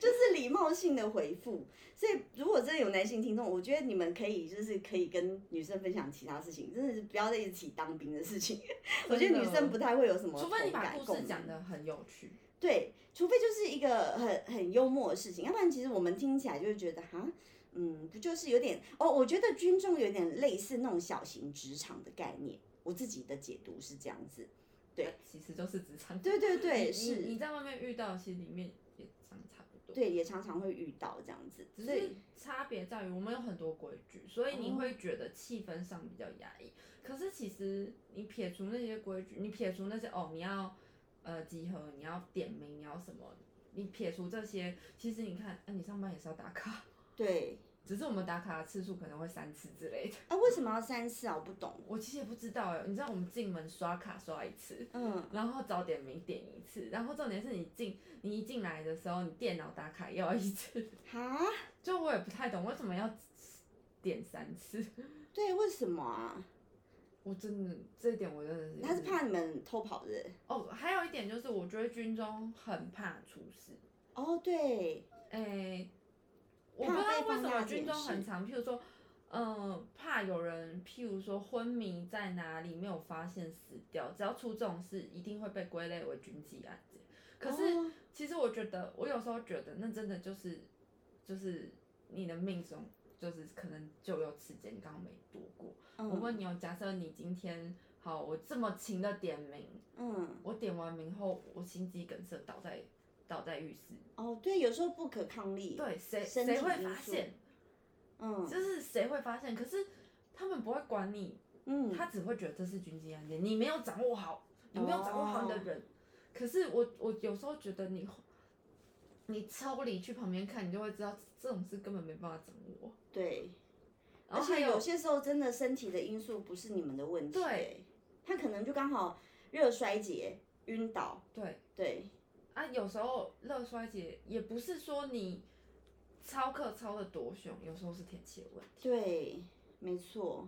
[SPEAKER 1] 就是礼貌性的回复。所以如果真的有男性听众，我觉得你们可以就是可以跟女生分享其他事情，真的是不要在一起提当兵的事情。我觉得女生不太会有什么
[SPEAKER 2] 除非你
[SPEAKER 1] 同
[SPEAKER 2] 把
[SPEAKER 1] 感
[SPEAKER 2] 故
[SPEAKER 1] 共
[SPEAKER 2] 事
[SPEAKER 1] 鸣
[SPEAKER 2] 讲得很有趣。
[SPEAKER 1] 对，除非就是一个很很幽默的事情，要不然其实我们听起来就会觉得哈，嗯，不就是有点哦？我觉得军中有点类似那种小型职场的概念，我自己的解读是这样子。对，
[SPEAKER 2] 其实就是职场。
[SPEAKER 1] 对对对，
[SPEAKER 2] 你
[SPEAKER 1] 是，
[SPEAKER 2] 你在外面遇到，其实里面也长差不多。
[SPEAKER 1] 对，也常常会遇到这样子，
[SPEAKER 2] 只
[SPEAKER 1] 所
[SPEAKER 2] 是
[SPEAKER 1] 以
[SPEAKER 2] 差别在于我们有很多规矩，所以你
[SPEAKER 1] 哦
[SPEAKER 2] 会觉得气氛上比较压抑。可是其实你撇除那些规矩，你撇除那些哦，你要呃集合，你要点名，你要什么，你撇除这些，其实你看，哎、你上班也是要打卡，
[SPEAKER 1] 对
[SPEAKER 2] 只是我们打卡的次数可能会三次之类的。
[SPEAKER 1] 啊，为什么要三次啊？我不懂。
[SPEAKER 2] 我其实也不知道哎，你知道我们进门刷卡刷一次，
[SPEAKER 1] 嗯，
[SPEAKER 2] 然后早点名点一次，然后重点是你进你一进来的时候，你电脑打卡也要一次，
[SPEAKER 1] 哈，
[SPEAKER 2] 就我也不太懂为什么要点三次，
[SPEAKER 1] 对，为什么啊？
[SPEAKER 2] 我真的这一点我真的是
[SPEAKER 1] 他是怕你们偷跑的
[SPEAKER 2] 哦，还有一点就是我觉得军中很怕出事，
[SPEAKER 1] 哦，对，
[SPEAKER 2] 哎、我
[SPEAKER 1] 怕
[SPEAKER 2] 不
[SPEAKER 1] 被放
[SPEAKER 2] 知道为什么
[SPEAKER 1] 大
[SPEAKER 2] 军
[SPEAKER 1] 检
[SPEAKER 2] 中
[SPEAKER 1] 视
[SPEAKER 2] 很常，譬如说。嗯，怕有人，譬如说昏迷在哪里没有发现死掉，只要出这种事，一定会被归类为军纪案件。可是、
[SPEAKER 1] 哦
[SPEAKER 2] 其实我觉得，我有时候觉得那真的就是，就是你的命中，就是可能就有时间刚好没度过。
[SPEAKER 1] 嗯
[SPEAKER 2] 我问你哦，假设你今天好，我这么勤的点名，
[SPEAKER 1] 嗯，
[SPEAKER 2] 我点完名后，我心肌梗塞倒在倒在浴室，
[SPEAKER 1] 哦，对，有时候不可抗力，，
[SPEAKER 2] 对，谁
[SPEAKER 1] 身
[SPEAKER 2] 谁
[SPEAKER 1] 体
[SPEAKER 2] 会
[SPEAKER 1] 因
[SPEAKER 2] 发
[SPEAKER 1] 素
[SPEAKER 2] 现？
[SPEAKER 1] 嗯
[SPEAKER 2] 就是谁会发现？可是他们不会管你，
[SPEAKER 1] 嗯，
[SPEAKER 2] 他只会觉得这是军机案件，你没有掌握好，你没有掌握
[SPEAKER 1] 哦
[SPEAKER 2] 好你的人。可是我我有时候觉得你，你抽离去旁边看，你就会知道这种事根本没办法掌握。
[SPEAKER 1] 对，
[SPEAKER 2] 然
[SPEAKER 1] 而
[SPEAKER 2] 后还
[SPEAKER 1] 且
[SPEAKER 2] 有
[SPEAKER 1] 有些时候真的身体的因素不是你们的问题，
[SPEAKER 2] 对
[SPEAKER 1] 欸，他可能就刚好热衰竭、晕倒，
[SPEAKER 2] 对
[SPEAKER 1] 对，
[SPEAKER 2] 啊，有时候热衰竭也不是说你操课操的多凶，有时候是天气的问题，
[SPEAKER 1] 对，没错，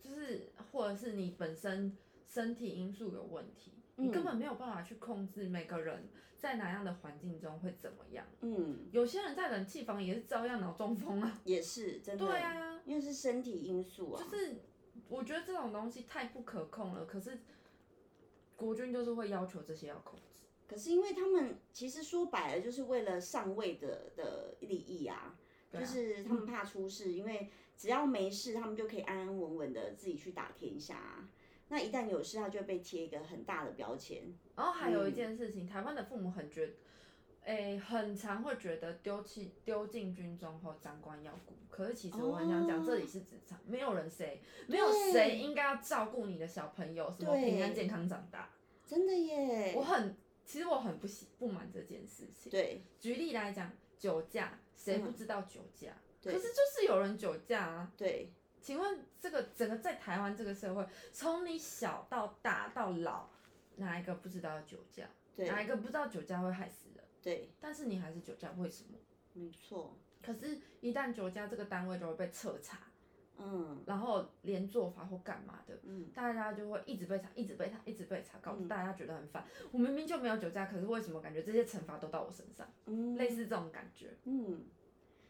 [SPEAKER 2] 就是或者是你本身身体因素有问题，你
[SPEAKER 1] 嗯
[SPEAKER 2] 根本没有办法去控制每个人在哪样的环境中会怎么样。
[SPEAKER 1] 嗯，
[SPEAKER 2] 有些人在冷气房也是照样脑中风啊。
[SPEAKER 1] 也是真的，
[SPEAKER 2] 对，啊，
[SPEAKER 1] 因为是身体因素啊，
[SPEAKER 2] 就是我觉得这种东西太不可控了。可是国军就是会要求这嗯些要控制。
[SPEAKER 1] 可是因为他们其实说白了就是为了上位的的利益啊，
[SPEAKER 2] 对
[SPEAKER 1] 就
[SPEAKER 2] 啊
[SPEAKER 1] 是他们怕出事，因为只要没事，他们就可以安安稳稳的自己去打天下啊。那一旦有事，他就会被贴一个很大的标签。
[SPEAKER 2] 然后还有一件事情，台湾的父母很觉诶、很常会觉得丢弃丢进军中后长官要顾，可是其实我很想讲，
[SPEAKER 1] 哦
[SPEAKER 2] 这里是职场，没有人谁没有谁应该要照顾你的小朋友，什么
[SPEAKER 1] 对
[SPEAKER 2] 平安健康长大。
[SPEAKER 1] 真的耶，
[SPEAKER 2] 我很其实我很不喜不满这件事情。
[SPEAKER 1] 对
[SPEAKER 2] 举例来讲，酒驾，谁
[SPEAKER 1] 嗯
[SPEAKER 2] 不知道酒驾？
[SPEAKER 1] 对
[SPEAKER 2] 可是就是有人酒驾啊，
[SPEAKER 1] 对，
[SPEAKER 2] 请问这个整个在台湾这个社会，从你小到大到老，哪一个不知道酒驾？
[SPEAKER 1] 对
[SPEAKER 2] 哪一个不知道酒驾会害死人？
[SPEAKER 1] 对，
[SPEAKER 2] 但是你还是酒驾，为什么？
[SPEAKER 1] 没错，
[SPEAKER 2] 可是，一旦酒驾这个单位就会被彻查，
[SPEAKER 1] 嗯
[SPEAKER 2] 然后连做法或干嘛的，
[SPEAKER 1] 嗯，
[SPEAKER 2] 大家就会一直被查，一直被查，一直被查，搞得
[SPEAKER 1] 嗯
[SPEAKER 2] 大家觉得很烦。我明明就没有酒驾，可是为什么感觉这些惩罚都到我身上？
[SPEAKER 1] 嗯
[SPEAKER 2] 类似这种感觉。
[SPEAKER 1] 嗯，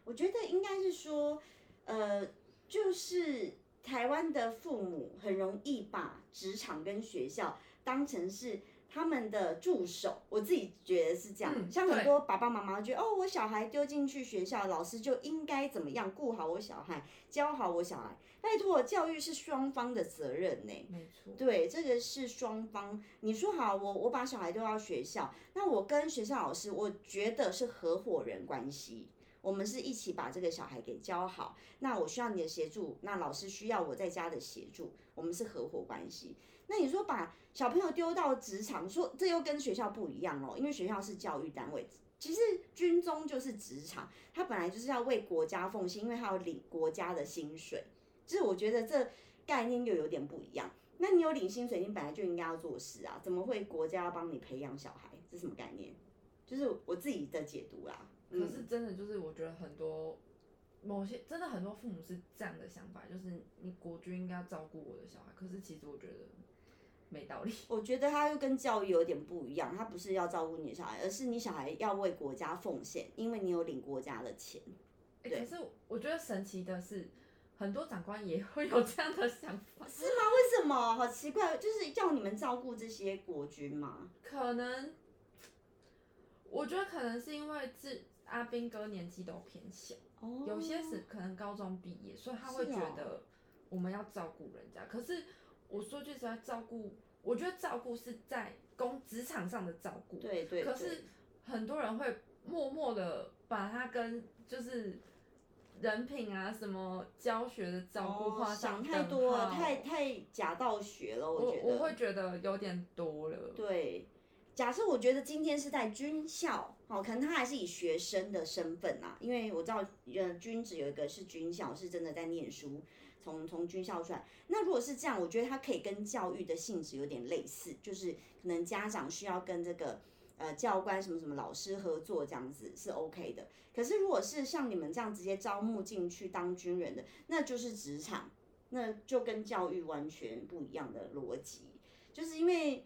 [SPEAKER 1] 我觉得应该是说，呃，就是台湾的父母很容易把职场跟学校当成是他们的助手，我自己觉得是这样。
[SPEAKER 2] 嗯
[SPEAKER 1] 像很
[SPEAKER 2] 对
[SPEAKER 1] 多爸爸妈妈觉得，哦，我小孩丢进去学校，老师就应该怎么样，顾好我小孩，教好我小孩。拜托，教育是双方的责任呢、
[SPEAKER 2] 没错，
[SPEAKER 1] 对，这个是双方。你说好，我我把小孩丢到学校，那我跟学校老师，我觉得是合伙人关系，我们是一起把这个小孩给教好。那我需要你的协助，那老师需要我在家的协助，我们是合伙关系。那你说把小朋友丢到职场，说这又跟学校不一样哦，因为学校是教育单位。其实军中就是职场，他本来就是要为国家奉献，因为他要领国家的薪水。就是我觉得这概念又有点不一样。那你有领薪水，你本来就应该要做事啊，怎么会国家要帮你培养小孩？这什么概念？就是我自己的解读啦。嗯、
[SPEAKER 2] 可是真的就是，我觉得很多某些真的很多父母是这样的想法，就是你国军应该要照顾我的小孩，可是其实我觉得没道理。
[SPEAKER 1] 我觉得他又跟教育有点不一样，他不是要照顾你的小孩，而是你小孩要为国家奉献，因为你有领国家的钱。
[SPEAKER 2] 欸
[SPEAKER 1] 对
[SPEAKER 2] 可是我觉得神奇的是，很多长官也会有这样的想法，
[SPEAKER 1] 是吗？为什么？好奇怪，就是叫你们照顾这些国军吗？
[SPEAKER 2] 可能我觉得可能是因为自阿兵哥年纪都偏小，
[SPEAKER 1] 哦
[SPEAKER 2] 有些是可能高中毕业，所以他会
[SPEAKER 1] 是
[SPEAKER 2] 觉
[SPEAKER 1] 哦
[SPEAKER 2] 得我们要照顾人家。可是我说句实在，照顾我觉得照顾是在工职场上的照顾，
[SPEAKER 1] 对对对，
[SPEAKER 2] 可是很多人会默默的把它跟就是人品啊、什么教学的照顾
[SPEAKER 1] 哦
[SPEAKER 2] 画上
[SPEAKER 1] 想
[SPEAKER 2] 等
[SPEAKER 1] 太多了，
[SPEAKER 2] 号
[SPEAKER 1] 太太假道学了，
[SPEAKER 2] 我
[SPEAKER 1] 觉得
[SPEAKER 2] 我会觉得有点多了。
[SPEAKER 1] 对，假设我觉得今天是在军校，哦，可能他还是以学生的身份啦，因为我知道，呃，军职有一个是军校，是真的在念书，从从军校出来。那如果是这样，我觉得它可以跟教育的性质有点类似，就是可能家长需要跟这个。呃，教官什么什么老师合作这样子是 OK 的，可是如果是像你们这样直接招募进去当军人的，那就是职场，那就跟教育完全不一样的逻辑，就是因为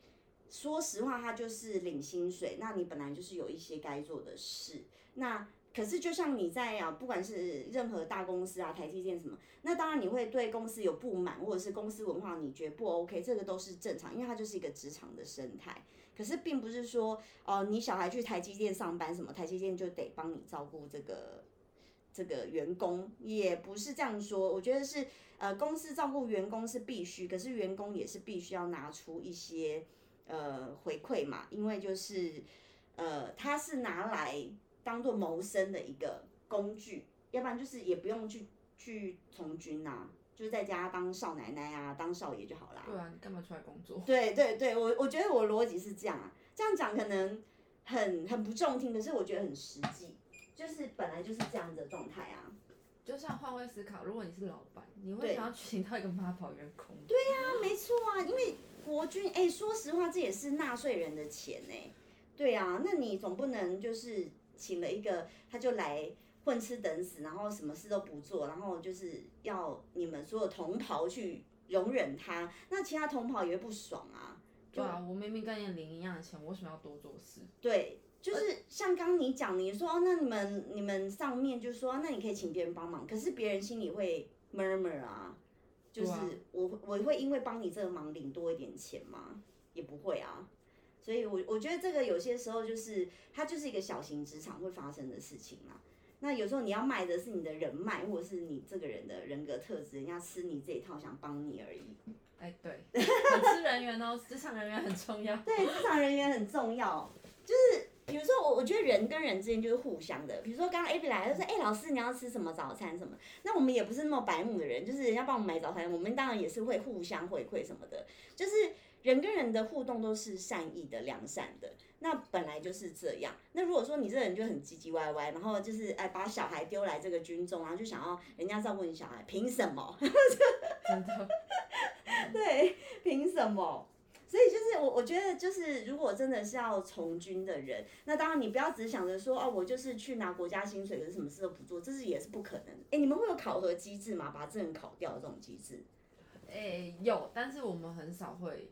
[SPEAKER 1] 说实话，他就是领薪水，那你本来就是有一些该做的事。那可是就像你在啊，不管是任何大公司啊，台积电什么，那当然你会对公司有不满，或者是公司文化你觉得不 OK，这个都是正常，因为它就是一个职场的生态。可是并不是说哦、你小孩去台积电上班什么，台积电就得帮你照顾这个。这个员工也不是这样说，我觉得是呃，公司照顾员工是必须，可是员工也是必须要拿出一些呃回馈嘛，因为就是呃，它是拿来当做谋生的一个工具，要不然就是也不用去去从军呐、就是在家当少奶奶啊，当少爷就好啦。
[SPEAKER 2] 对啊，你干嘛出来工作？
[SPEAKER 1] 对对对，我我觉得我逻辑是这样啊，这样讲可能很很不中听，可是我觉得很实际，就是本来就是这样的状态啊。
[SPEAKER 2] 就像换位思考，如果你是老板，你会
[SPEAKER 1] 对
[SPEAKER 2] 想要 请到一个妈宝员工？对呀、
[SPEAKER 1] 没错啊，因为国军，哎、说实话，这也是纳税人的钱哎、对啊，那你总不能就是请了一个他就来混吃等死，然后什么事都不做，然后就是要你们所有同袍去容忍他，那其他同袍也会不爽啊。
[SPEAKER 2] 对啊，我明明跟你领一样的钱，我为什么要多做事？
[SPEAKER 1] 对，
[SPEAKER 2] 呃
[SPEAKER 1] 就是像刚刚你讲的，你说哦，那你们你们上面就说，那你可以请别人帮忙，可是别人心里会 murmur 啊，就是
[SPEAKER 2] 对啊
[SPEAKER 1] 我会我会因为帮你这个忙领多一点钱吗？也不会啊。所以我，我觉得这个有些时候就是它就是一个小型职场会发生的事情啦。那有时候你要卖的是你的人脉，或者是你这个人的人格特质，人家吃你这一套想帮你而已。
[SPEAKER 2] 哎，对，很吃人缘哦，职场人缘很重要。
[SPEAKER 1] 对，职场人员很重要，就是比如说我，我觉得人跟人之间就是互相的。比如说刚刚 Abby 来，就说：“哎、老师，你要吃什么早餐什么？”那我们也不是那么白目的人，就是人家帮我们买早餐，我们当然也是会互相回馈什么的。就是人跟人的互动都是善意的、良善的，那本来就是这样。那如果说你这个人就很唧唧歪歪，然后就是哎把小孩丢来这个军中，然后就想要人家照顾你小孩，凭什么？
[SPEAKER 2] 真 的，
[SPEAKER 1] 对，凭什么？所以就是我，我觉得就是，如果真的是要从军的人，那当然你不要只想着说哦，我就是去拿国家薪水，可是什么事都不做，这是也是不可能的。哎，你们会有考核机制吗？把这人考掉的这种机制？
[SPEAKER 2] 诶、哎有，但是我们很少会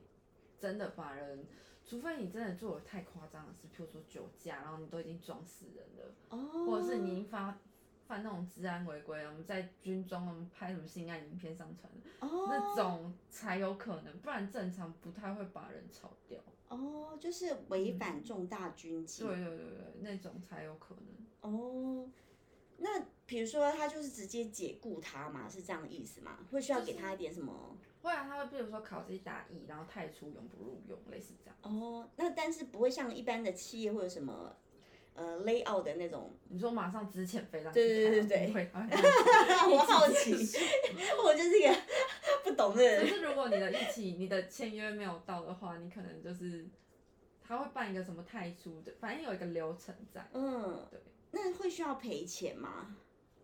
[SPEAKER 2] 真的把人，除非你真的做了太夸张的事，譬如说酒驾，然后你都已经撞死人了，
[SPEAKER 1] 哦，
[SPEAKER 2] 或者是你已经发犯那种治安违规了，我们在军中我们拍什么性爱影片上传的，
[SPEAKER 1] 哦
[SPEAKER 2] 那种才有可能，不然正常不太会把人炒掉。
[SPEAKER 1] 哦，就是违反重大军纪。
[SPEAKER 2] 对对对对，那种才有可能。
[SPEAKER 1] 哦，那比如说他就是直接解雇他嘛，是这样的意思吗？会需要给他一点什么？
[SPEAKER 2] 会啊，他会比如说考绩打乙，然后太初永不录用，类似这样。
[SPEAKER 1] 哦，那但是不会像一般的企业会有什么呃 layout 的那种
[SPEAKER 2] 你说马上之前非常
[SPEAKER 1] 对对对对对
[SPEAKER 2] 对对， 哎
[SPEAKER 1] 我好奇 我就是一个不懂的
[SPEAKER 2] 可
[SPEAKER 1] 人。
[SPEAKER 2] 是如果你的一起你的签约没有到的话，你可能就是他会办一个什么太初的，反正有一个流程在。
[SPEAKER 1] 嗯，
[SPEAKER 2] 对，
[SPEAKER 1] 那会需要赔钱吗？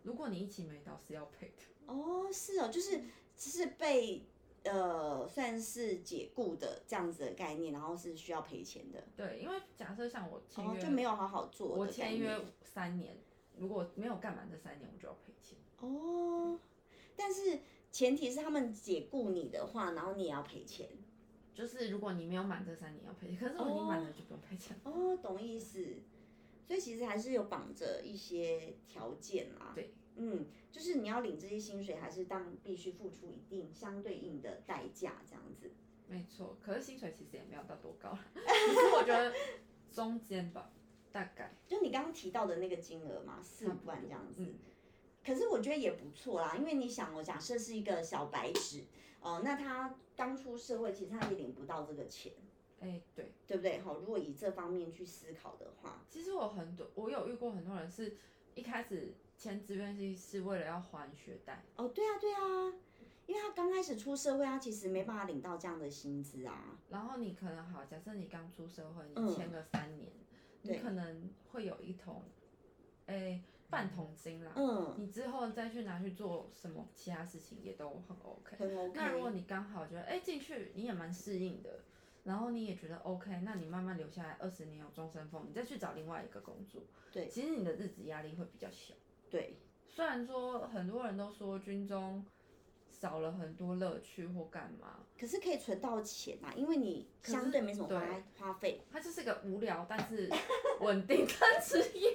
[SPEAKER 2] 如果你一起没到是要赔的。
[SPEAKER 1] 哦，是哦，就是只是被呃算是解雇的这样子的概念，然后是需要赔钱的，
[SPEAKER 2] 对，因为假设像我签
[SPEAKER 1] 哦
[SPEAKER 2] 约，
[SPEAKER 1] 就没有好好做
[SPEAKER 2] 我
[SPEAKER 1] 的概
[SPEAKER 2] 签
[SPEAKER 1] 念
[SPEAKER 2] 约三年，如果没有干满这三年，我就要赔钱。
[SPEAKER 1] 哦，但是前提是他们解雇你的话，然后你也要赔钱。
[SPEAKER 2] 就是如果你没有满这三年要赔钱，可是我已经满了就不用赔钱了。
[SPEAKER 1] 哦，懂意思。所以其实还是有绑着一些条件啦。
[SPEAKER 2] 对，
[SPEAKER 1] 嗯，就是你要领这些薪水，还是当必须付出一定相对应的代价，这样子。
[SPEAKER 2] 没错，可是薪水其实也没有到多高啦，只是我觉得中间吧，大概。
[SPEAKER 1] 就你刚刚提到的那个金额嘛，四
[SPEAKER 2] 差不
[SPEAKER 1] 万
[SPEAKER 2] 多
[SPEAKER 1] 这样子。
[SPEAKER 2] 嗯，
[SPEAKER 1] 可是我觉得也不错啦，因为你想哦，假设是一个小白纸，哦、那他刚出社会，其实他也领不到这个钱，
[SPEAKER 2] 哎、对，
[SPEAKER 1] 对不对？好，如果以这方面去思考的话，
[SPEAKER 2] 其实我很多，我有遇过很多人是一开始签志愿是是为了要还学贷，
[SPEAKER 1] 哦，对啊，对啊，因为他刚开始出社会，他其实没办法领到这样的薪资啊。
[SPEAKER 2] 然后你可能好，假设你刚出社会，
[SPEAKER 1] 嗯
[SPEAKER 2] 你签个三年，
[SPEAKER 1] 对
[SPEAKER 2] 你可能会有一桶，哎、半桶金啦，
[SPEAKER 1] 嗯，
[SPEAKER 2] 你之后再去拿去做什么其他事情也都很 OK。
[SPEAKER 1] 很 OK。
[SPEAKER 2] 那如果你刚好觉得哎进、去你也蛮适应的，然后你也觉得 OK，那你慢慢留下来二十年有终身俸，你再去找另外一个工作，
[SPEAKER 1] 对
[SPEAKER 2] 其实你的日子压力会比较小。
[SPEAKER 1] 对，
[SPEAKER 2] 虽然说很多人都说军中少了很多乐趣或干嘛，
[SPEAKER 1] 可是可以存到钱啊，因为你
[SPEAKER 2] 可
[SPEAKER 1] 相
[SPEAKER 2] 是
[SPEAKER 1] 对没什么
[SPEAKER 2] 对
[SPEAKER 1] 花花费。
[SPEAKER 2] 它就是个无聊但是稳定的 职业。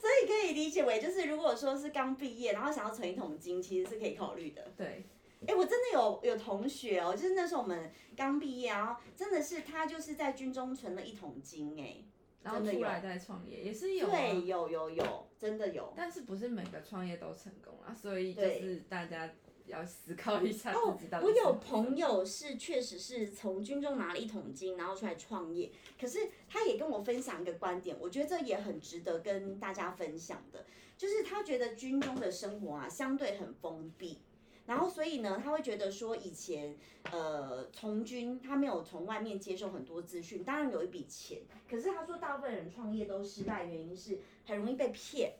[SPEAKER 1] 所以可以理解为，就是如果说是刚毕业，然后想要存一桶金，其实是可以考虑的。
[SPEAKER 2] 对，
[SPEAKER 1] 哎，我真的有有同学哦，就是那时候我们刚毕业，然后真的是他就是在军中存了一桶金，哎，
[SPEAKER 2] 然后
[SPEAKER 1] 真的
[SPEAKER 2] 出
[SPEAKER 1] 有
[SPEAKER 2] 来再创业也是有、啊，
[SPEAKER 1] 对，有有有，真的有。
[SPEAKER 2] 但是不是每个创业都成功啊，所以就
[SPEAKER 1] 对
[SPEAKER 2] 是大家要思考一下
[SPEAKER 1] 哦
[SPEAKER 2] 自己到，底
[SPEAKER 1] 我
[SPEAKER 2] 是
[SPEAKER 1] 有朋友是确实是从军中拿了一桶金，然后出来创业。可是他也跟我分享一个观点，我觉得这也很值得跟大家分享的，就是他觉得军中的生活啊相对很封闭。然后，所以呢，他会觉得说，以前，呃，从军他没有从外面接受很多资讯，当然有一笔钱，可是他说，大部分人创业都失败，原因是很容易被骗。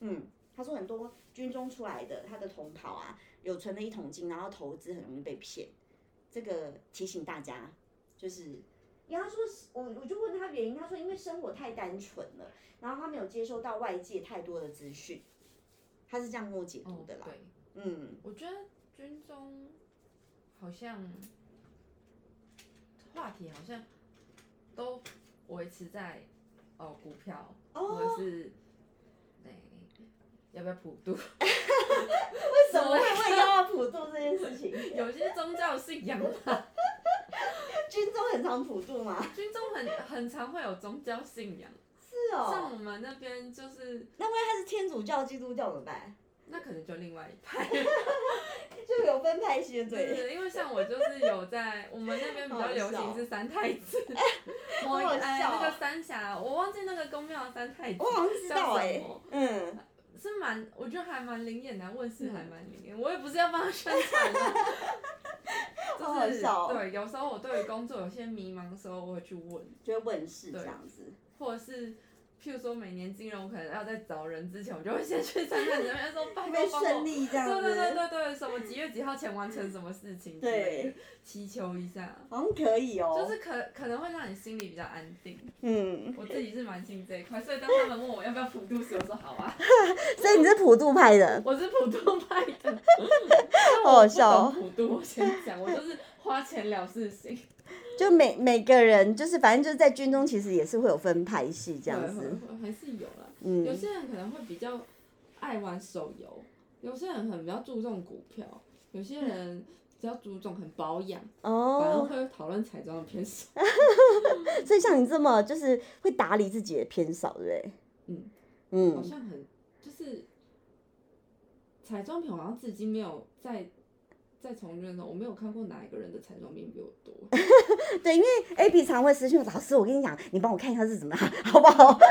[SPEAKER 1] 嗯，他说很多军中出来的他的同袍啊，有存了一桶金，然后投资很容易被骗。这个提醒大家，就是，因为他说是我我就问他原因，他说因为生活太单纯了，然后他没有接收到外界太多的资讯，他是这样跟我解读
[SPEAKER 2] 哦
[SPEAKER 1] 的啦。
[SPEAKER 2] 对，
[SPEAKER 1] 嗯，
[SPEAKER 2] 我觉得军中好像话题好像都维持在哦股票、或者是那、要不要普渡，
[SPEAKER 1] 为什么会问要普渡这件事情？
[SPEAKER 2] 有些宗教信仰吧，
[SPEAKER 1] 军中很常普渡吗？
[SPEAKER 2] 军中很很常会有宗教信仰，
[SPEAKER 1] 是
[SPEAKER 2] 像
[SPEAKER 1] 哦，
[SPEAKER 2] 我们那边就是
[SPEAKER 1] 那万一他是天主教、基督教怎么办？
[SPEAKER 2] 那可能就另外一派。
[SPEAKER 1] 就有分派系的对。
[SPEAKER 2] 对，因为像我就是有在我们那边比较流
[SPEAKER 1] 好好
[SPEAKER 2] 行
[SPEAKER 1] 笑
[SPEAKER 2] 是三太子，某
[SPEAKER 1] 好好
[SPEAKER 2] 一哎
[SPEAKER 1] 笑
[SPEAKER 2] 那
[SPEAKER 1] 哦
[SPEAKER 2] 个三峡，我忘记那个宫庙的三太子
[SPEAKER 1] 我好像知道
[SPEAKER 2] 叫
[SPEAKER 1] 哎、
[SPEAKER 2] 什么，
[SPEAKER 1] 嗯，
[SPEAKER 2] 是蛮我 啊觉得还蛮灵验的，问世还蛮灵验，我也不是要帮他宣传的，就
[SPEAKER 1] 好好
[SPEAKER 2] 是
[SPEAKER 1] 笑哦
[SPEAKER 2] 对，有时候我对于工作有些迷茫的时候，我会去问，
[SPEAKER 1] 就会问世这
[SPEAKER 2] 对
[SPEAKER 1] 样子。
[SPEAKER 2] 或者是譬如说每年金融可能要在找人之前，我就会先去参看人家说拜
[SPEAKER 1] 特
[SPEAKER 2] 托
[SPEAKER 1] 别
[SPEAKER 2] 帮我
[SPEAKER 1] 顺。利这样
[SPEAKER 2] 对
[SPEAKER 1] 子，
[SPEAKER 2] 对对对对，什么几月几号前完成什么事情之类的，祈求一下，
[SPEAKER 1] 好像可以哦。
[SPEAKER 2] 就是可可能会让你心里比较安定。
[SPEAKER 1] 嗯，
[SPEAKER 2] 我自己是蛮信这一块，所以当他们问我要不要普渡时，我说好啊，
[SPEAKER 1] 所以你是普渡派的，
[SPEAKER 2] 我是普渡派的。
[SPEAKER 1] 好好笑哦
[SPEAKER 2] 我不懂普渡，我先讲，我就是花钱了事情。
[SPEAKER 1] 就每每个人就是反正就是在军中其实也是会有分派系这样
[SPEAKER 2] 对
[SPEAKER 1] 子。
[SPEAKER 2] 会会还是有啦。有
[SPEAKER 1] 嗯，
[SPEAKER 2] 些人可能会比较爱玩手游，有些人很比较注重股票，有些人比较注重很保养，反而
[SPEAKER 1] 哦，
[SPEAKER 2] 会讨论彩妆的偏少。
[SPEAKER 1] 所以像你这么就是会打理自己的偏少，对不对？
[SPEAKER 2] 嗯好
[SPEAKER 1] 嗯，
[SPEAKER 2] 像很就是彩妆品，我好像至今没有在在从军的时候，哦我没有看过哪一个人的彩妆品比我多。
[SPEAKER 1] 对，因为 A B 常会私讯我老师，我跟你讲，你帮我看一下是怎么，好不好？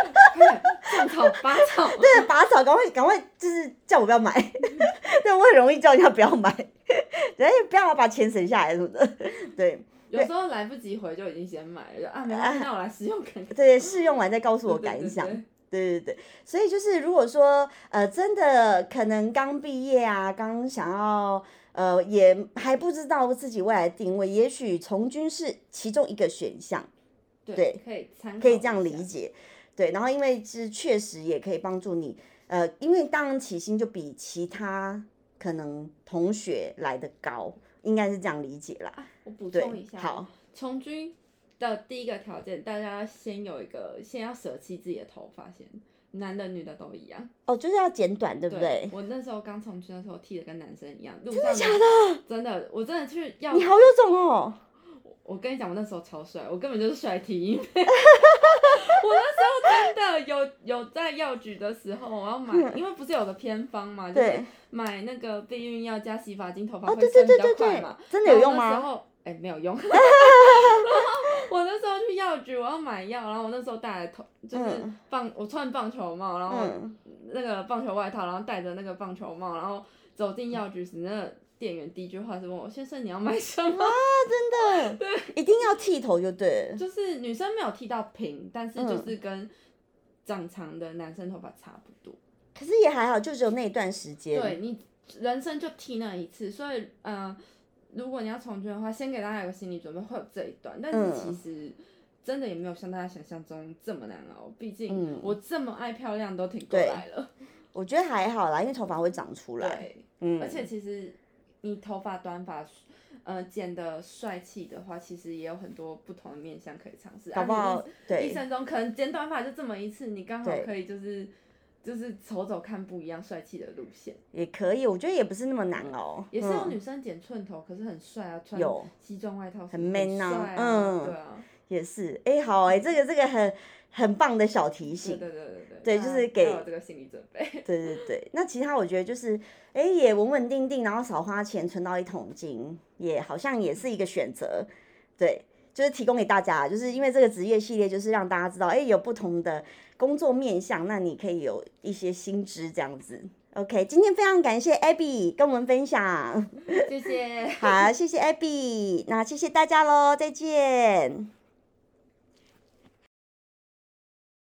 [SPEAKER 2] 看种草拔草，
[SPEAKER 1] 对，拔草，赶快赶快，就是叫我不要买，
[SPEAKER 2] 嗯
[SPEAKER 1] 对我很容易叫人家不要买， 对，不要把钱省下来什么的， 对
[SPEAKER 2] 有时候来不及回就已经先买了，就啊没关系，那我来试用看看。
[SPEAKER 1] 对，试用完再告诉我
[SPEAKER 2] 对对
[SPEAKER 1] 感
[SPEAKER 2] 对
[SPEAKER 1] 想。
[SPEAKER 2] 对
[SPEAKER 1] 对对对，所以就是如果说呃真的可能刚毕业啊，刚想要呃也还不知道自己未来的定位，也许从军是其中一个选项，对
[SPEAKER 2] 对，可以参考，
[SPEAKER 1] 可以这样理。解。对，然后因为是确实也可以帮助你，呃，因为当然起薪就比其他可能同学来的高，应该是这样理解啦。
[SPEAKER 2] 啊，我补充
[SPEAKER 1] 对
[SPEAKER 2] 一，下，
[SPEAKER 1] 好，，
[SPEAKER 2] 从军的第一个条件，大家先有一个，先要舍弃自己的头发先。男的女的都一样，
[SPEAKER 1] 哦，就是要剪短，对不对？
[SPEAKER 2] 我那时候刚从军的时候剃的跟男生一样，真的假的？真的，我真的去要
[SPEAKER 1] 你好有种哦！
[SPEAKER 2] 我跟你讲，我那时候超帅，我根本就是帅 T 音。我那时候真的有有在药局的时候，我要买，因为不是有个偏方嘛，就是
[SPEAKER 1] 嗯对，
[SPEAKER 2] 买那个避孕药加洗发精，头发
[SPEAKER 1] 哦，
[SPEAKER 2] 会
[SPEAKER 1] 对对
[SPEAKER 2] 生比
[SPEAKER 1] 对
[SPEAKER 2] 较
[SPEAKER 1] 对
[SPEAKER 2] 快
[SPEAKER 1] 对
[SPEAKER 2] 嘛。，
[SPEAKER 1] 真的有用
[SPEAKER 2] 然后那时
[SPEAKER 1] 吗？
[SPEAKER 2] 候哎、没有用。然后我那时候去药局，我要买药，然后我那时候戴了头就是
[SPEAKER 1] 嗯
[SPEAKER 2] 棒，我穿棒球帽，然后
[SPEAKER 1] 嗯，
[SPEAKER 2] 那个棒球外套，然后戴着那个棒球帽，然后走进药局时，那个店员第一句话是问我先生你要买什么。
[SPEAKER 1] 真的，一定要剃头就对了。
[SPEAKER 2] 就是女生没有剃到平，但
[SPEAKER 1] 嗯
[SPEAKER 2] 是就是跟长长的男生头发差不多。
[SPEAKER 1] 可是也还好，就只有那一段时间。
[SPEAKER 2] 对你人生就剃那一次，所以嗯、呃如果你要从军的话，先给大家有个心理准备，会有这一段。但
[SPEAKER 1] 嗯
[SPEAKER 2] 是其实真的也没有像大家想象中这么难熬，毕
[SPEAKER 1] 嗯
[SPEAKER 2] 竟我这么爱漂亮都挺过来了。
[SPEAKER 1] 我觉得还好啦，因为头发会长出来。
[SPEAKER 2] 对，
[SPEAKER 1] 嗯，
[SPEAKER 2] 而且其实你头发短发。呃，剪的帅气的话，其实也有很多不同的面相可以尝试。
[SPEAKER 1] 搞不
[SPEAKER 2] 啊你
[SPEAKER 1] 好、
[SPEAKER 2] 就是一
[SPEAKER 1] 对
[SPEAKER 2] 生中可能剪短发就这么一次，你刚好
[SPEAKER 1] 对
[SPEAKER 2] 可以就是就是走走看不一样帅气的路线，
[SPEAKER 1] 也可以，我觉得也不是那么难熬。
[SPEAKER 2] 也是有
[SPEAKER 1] 嗯
[SPEAKER 2] 女生剪寸头，可是很帅啊，穿
[SPEAKER 1] 有
[SPEAKER 2] 西装外套什
[SPEAKER 1] 很
[SPEAKER 2] 么
[SPEAKER 1] man 啊
[SPEAKER 2] 帅
[SPEAKER 1] 嗯
[SPEAKER 2] 对啊，
[SPEAKER 1] 也是，哎、好哎、这个这个很很棒的小提
[SPEAKER 2] 对
[SPEAKER 1] 醒。
[SPEAKER 2] 对对对对，
[SPEAKER 1] 对
[SPEAKER 2] 大
[SPEAKER 1] 就
[SPEAKER 2] 家
[SPEAKER 1] 是给
[SPEAKER 2] 要有这个心理准备，
[SPEAKER 1] 对对对，那其他我觉得就是，哎、也稳稳定定，然后少花钱存到一桶金，也好像也是一个选择。对，就是提供给大家，就是因为这个职业系列，就是让大家知道，哎、有不同的工作面向，那你可以有一些新知这样子。OK，今天非常感谢 Abby 跟我们分享。
[SPEAKER 2] 谢谢。
[SPEAKER 1] 好，谢谢 Abby，那谢谢大家喽，再见。